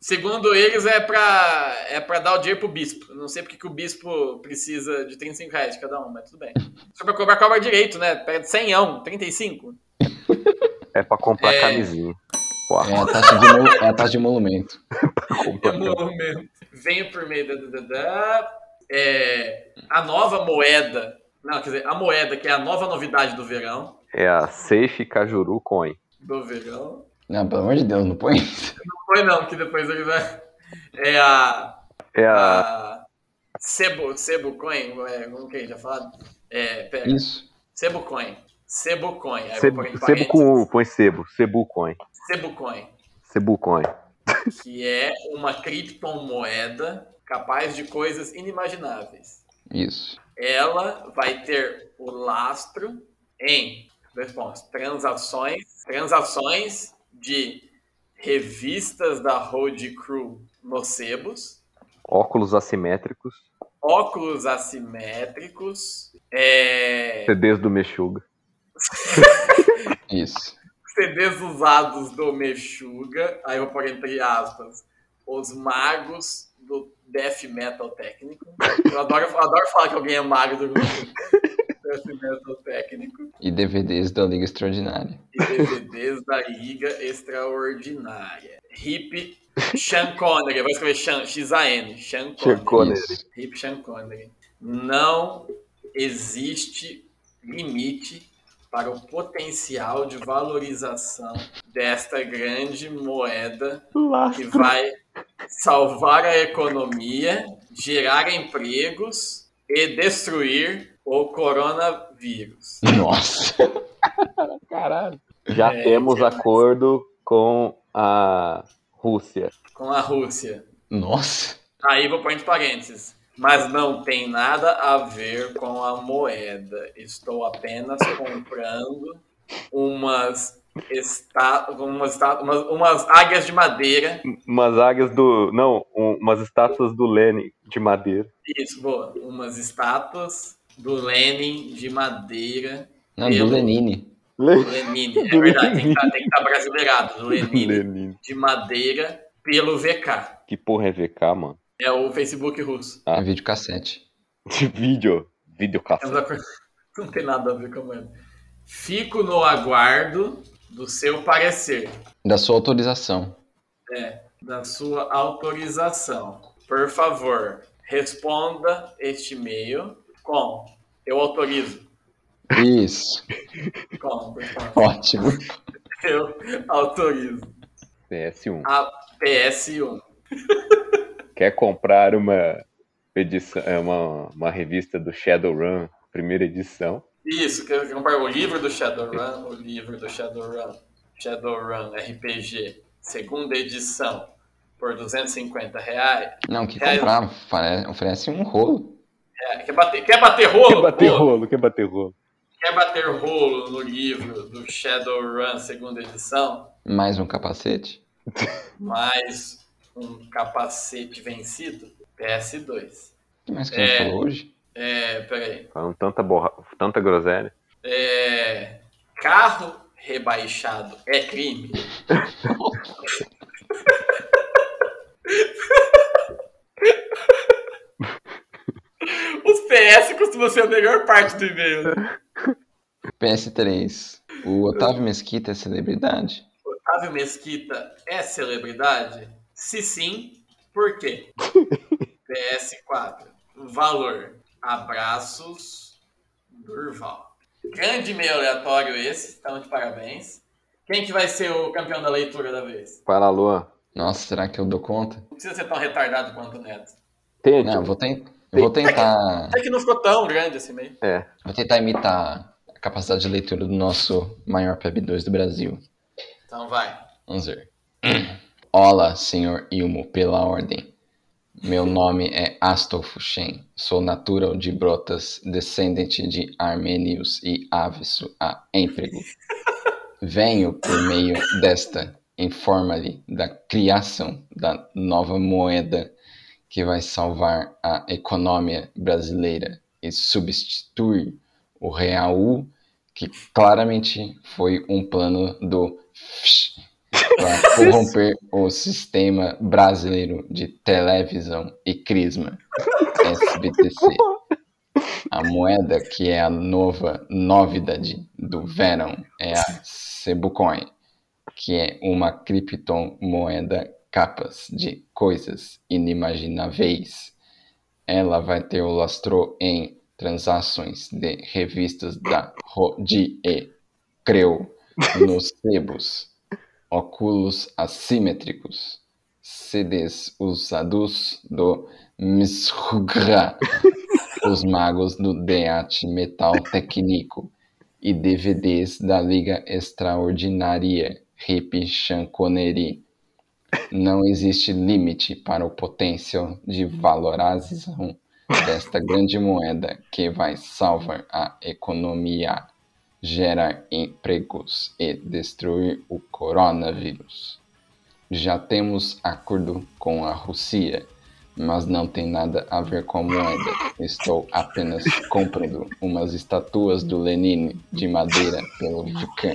Speaker 3: Segundo eles, é pra, é pra dar o dinheiro pro bispo. Eu não sei porque que o bispo precisa de 35 reais de cada um, mas tudo bem. Só pra cobrar, cobra direito, né? Pega de 100, 35.
Speaker 5: É para comprar
Speaker 3: É.
Speaker 5: camisinha.
Speaker 4: É a taxa de, emolu- é a taxa de emolumento.
Speaker 3: É bom mesmo. Venho por meio da... da- da- da- É, a nova moeda... Não, quer dizer, a moeda, que é a nova novidade do verão.
Speaker 5: É a Safe Cajuru Coin.
Speaker 3: Do verão.
Speaker 4: Não, pelo amor de Deus, não põe isso.
Speaker 3: Foi não, que depois ele vai. É a.
Speaker 5: É a.
Speaker 3: a Sebo, Sebo Coin, é, como que a gente já falado? É, pera.
Speaker 4: Isso.
Speaker 3: Sebo Coin. Sebo Coin. Aí eu vou
Speaker 5: Sebo,
Speaker 3: pôr em
Speaker 5: sebo
Speaker 3: parênteses.
Speaker 5: com U, é, põe sebo. Sebu Coin.
Speaker 3: Sebo Coin,
Speaker 5: Sebu Coin.
Speaker 3: que é uma criptomoeda capaz de coisas inimagináveis.
Speaker 4: Isso.
Speaker 3: Ela vai ter o lastro em dois pontos, transações, transações de revistas da Road Crew nos sebos.
Speaker 5: Óculos assimétricos.
Speaker 3: óculos assimétricos, é,
Speaker 5: CDs do Mexuga.
Speaker 4: Isso.
Speaker 3: CDs usados do Mexuga, aí eu vou pôr entre aspas, os magos do death metal técnico. Eu adoro, eu adoro falar que alguém é mago do death metal técnico.
Speaker 4: E DVDs da Liga Extraordinária.
Speaker 3: E DVDs da Liga Extraordinária. Hip Sean Connery, vai escrever Sean, X-A-N, Sean Connery.
Speaker 5: Connery.
Speaker 4: Isso.
Speaker 3: Hip Sean Connery. Não existe limite para o potencial de valorização desta grande moeda que vai salvar a economia, gerar empregos e destruir o coronavírus.
Speaker 4: Nossa.
Speaker 5: Já temos acordo com a Rússia.
Speaker 3: com a Rússia.
Speaker 4: Nossa.
Speaker 3: Aí vou pôr entre parênteses. Mas não tem nada a ver com a moeda. Estou apenas comprando umas, esta... umas, esta- umas, umas águias de madeira.
Speaker 5: Umas águias do. Não, um- umas estátuas do Lenin de madeira.
Speaker 3: Isso, boa. Umas estátuas do Lenin de madeira.
Speaker 4: Não,
Speaker 3: Eu-
Speaker 4: do Lenine.
Speaker 3: Do
Speaker 5: Lenin.
Speaker 3: Lenin, é verdade. Tem que estar tem que tá brasileirado. Do Lenin
Speaker 5: Lenin.
Speaker 3: de madeira pelo VK.
Speaker 5: Que porra é VK, mano? (laughs)
Speaker 3: É o Facebook russo.
Speaker 5: Ah.
Speaker 4: É vídeo cassete.
Speaker 5: De vídeo. Vídeo
Speaker 3: É uma coisa- (laughs) Não tem nada a ver com a moeda. Fico no aguardo do seu parecer. né,
Speaker 4: Da sua autorização.
Speaker 3: da sua autorização. Por favor, responda este e-mail com eu autorizo.
Speaker 4: Isso. (laughs)
Speaker 3: Com, por favor, (laughs)
Speaker 4: Ótimo.
Speaker 3: eu autorizo.
Speaker 5: PS1.
Speaker 3: PS1.
Speaker 5: Quer comprar uma edição, é, uma, uma revista do Shadowrun, primeira edição?
Speaker 3: Isso, quer quer comprar o livro do Shadowrun? O livro do Shadowrun. Shadowrun RPG, segunda edição, por 250 reais.
Speaker 4: Não, que
Speaker 3: É, eu-
Speaker 4: comprar fare- oferece um rolo.
Speaker 3: É, quer, bater, quer bater rolo?
Speaker 5: Quer bater
Speaker 3: Pô,
Speaker 5: rolo, quer bater rolo.
Speaker 3: Quer bater rolo no livro do Shadowrun, segunda edição?
Speaker 4: Mais um capacete.
Speaker 3: mais um capacete vencido, PS2.
Speaker 4: O que mais que a gente
Speaker 3: É.
Speaker 4: falou hoje?
Speaker 3: É, peraí.
Speaker 5: Falando tanta, borra... tanta groselha.
Speaker 3: É, carro rebaixado é crime. Os PS costumam ser a melhor parte do e-mail. né?
Speaker 4: PS3. O Otávio Mesquita é celebridade?
Speaker 3: Otávio Mesquita é celebridade? Se sim, por
Speaker 5: (laughs)
Speaker 3: quê? PS4. Valor. Abraços, Durval. Grande meio aleatório esse, então de parabéns. Quem que vai ser o campeão da leitura da vez?
Speaker 5: Para Luan.
Speaker 4: Nossa, será que eu dou conta?
Speaker 3: Não precisa ser tão retardado quanto o Neto.
Speaker 5: Tente.
Speaker 4: Não, eu vou, ten- eu vou tentar.
Speaker 3: Até É que não ficou tão grande esse meio.
Speaker 5: É.
Speaker 4: Vou tentar imitar a capacidade de leitura do nosso maior PEB2 do Brasil.
Speaker 3: Então vai.
Speaker 4: Vamos ver. Olá, senhor Ilmo, pela ordem. Meu nome é Astolfo Shen. Sou natural de Brotas, descendente de Armênios e avesso a emprego. Venho por meio desta, informa-lhe, da criação da nova moeda que vai salvar a economia brasileira e substituir o real, que claramente foi um plano do para corromper o sistema brasileiro de televisão e crisma, SBTC. A moeda que é a nova novidade do verão é a Cebucoin, que é uma criptomoeda capaz de coisas inimagináveis. Ela vai ter o lastro em transações de revistas da Rodie Creu nos sebos óculos assimétricos, CDs usados do Mishugra, os magos do Deat Metal Técnico, e DVDs da Liga Extraordinária Hip Chanconeri. Não existe limite para o potencial de valorização desta grande moeda que vai salvar a economia gerar empregos e destruir o coronavírus. Já temos acordo com a Rússia, mas não tem nada a ver com a moeda. Estou apenas comprando umas estatuas do Lenin de madeira pelo Vulcan.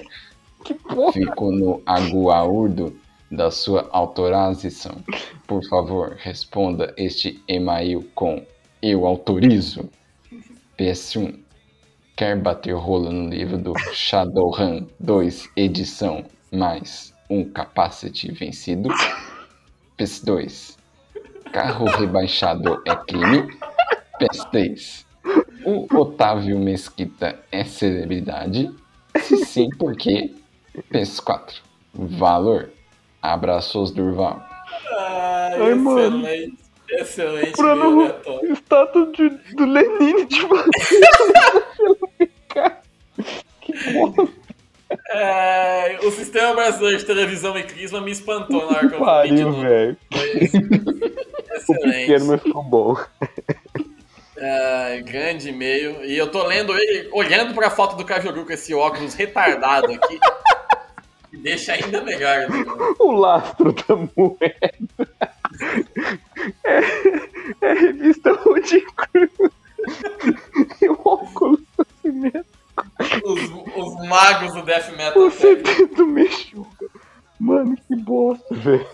Speaker 4: Fico no aguaurdo da sua autorização. Por favor, responda este e-mail com eu autorizo. PS1 Quer bater rolo no livro do Shadowrun 2, edição mais um capacete vencido? PS2. Carro rebaixado é crime? PS3. O Otávio Mesquita é celebridade? Se sim, por quê? PS4. Valor. Abraços, Durval.
Speaker 3: Ah,
Speaker 5: Ai,
Speaker 3: excelente.
Speaker 5: mano.
Speaker 3: Excelente
Speaker 5: Bruno-
Speaker 3: meio aleatório.
Speaker 5: Estátua de, do (laughs) tipo,
Speaker 4: É
Speaker 5: Lenin de madeira. que porra.
Speaker 3: É, o sistema brasileiro de televisão e crisma me espantou na hora que eu vi de
Speaker 5: Pariu,
Speaker 3: novo.
Speaker 5: velho. O pequeno
Speaker 3: Excelente.
Speaker 5: mas ficou bom.
Speaker 3: É, grande e-mail. E eu tô lendo ele, olhando pra foto do Cajuru com esse óculos retardado aqui. (laughs) que deixa ainda melhor. né?
Speaker 5: O lastro da moeda. É, é a revista Rude Cruz. E o óculos do cimento.
Speaker 3: Os, os magos do Death Metal.
Speaker 5: O CD do Mexuga. Mano, que bosta, velho.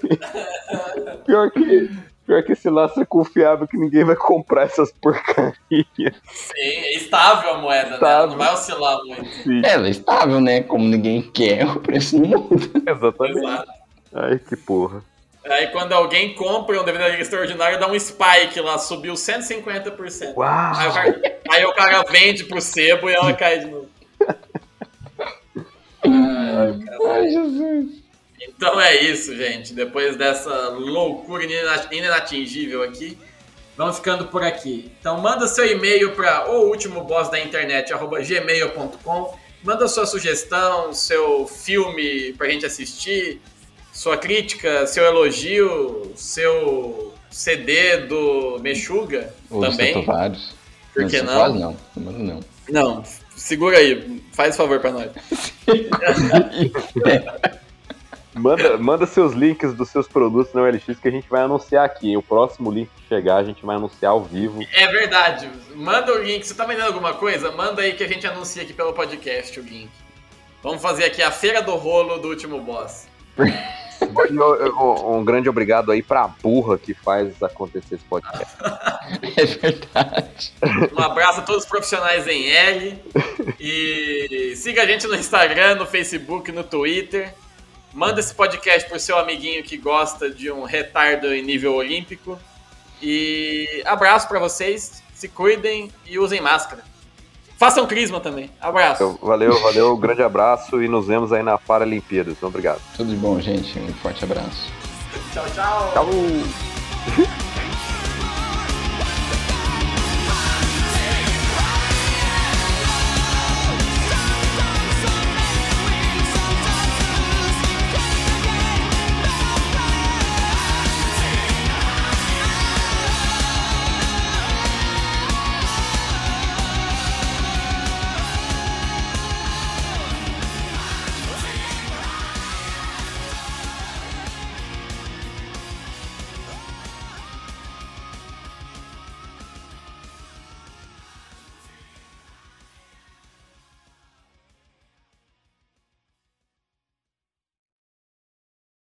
Speaker 5: Pior que, pior que esse lastro é confiável que ninguém vai comprar essas porcarias.
Speaker 3: Sim, é estável a moeda, né? Ela Não vai oscilar muito.
Speaker 4: Ela é estável, né? Como ninguém quer, o preço não muda.
Speaker 5: Exatamente.
Speaker 3: Exato.
Speaker 5: Ai, que porra.
Speaker 3: tá? Aí quando alguém compra um DVD extraordinário, dá um spike lá, subiu 150%.
Speaker 5: Uau!
Speaker 3: Aí o, cara, aí o cara vende pro sebo e ela cai de novo.
Speaker 4: Ai, Jesus.
Speaker 3: Então é isso, gente. Depois dessa loucura inina- inatingível aqui, vamos ficando por aqui. Então manda seu e-mail para o último boss da internet, gmail.com. Manda sua sugestão, seu filme pra gente assistir, sua crítica, seu elogio, seu CD do Mexuga
Speaker 4: Ou
Speaker 3: também.
Speaker 4: Também? vários.
Speaker 3: Por que não?
Speaker 4: Quase não. Mas não.
Speaker 3: Não, segura aí, faz favor pra nós.
Speaker 5: Manda, manda seus links dos seus produtos na OLX que a gente vai anunciar aqui. O próximo link que chegar, a gente vai anunciar ao vivo.
Speaker 3: É verdade. Manda o link. Você tá vendendo alguma coisa? Manda aí que a gente anuncia aqui pelo podcast o link. Vamos fazer aqui a feira do rolo do último boss.
Speaker 5: E eu- eu- um, grande obrigado aí pra burra que faz acontecer esse podcast.
Speaker 4: É verdade.
Speaker 3: Um abraço a todos os profissionais em L. E siga a gente no Instagram, no Facebook, no Twitter. Manda esse podcast pro seu amiguinho que gosta de um retardo em nível olímpico. E abraço pra vocês. Se cuidem e usem máscara. Façam crisma também. Abraço.
Speaker 5: Então, valeu, valeu, grande abraço e nos vemos aí na Paralimpíadas. Obrigado.
Speaker 4: Tudo de bom, gente. Um forte abraço.
Speaker 3: Tchau, tchau.
Speaker 5: Tchau!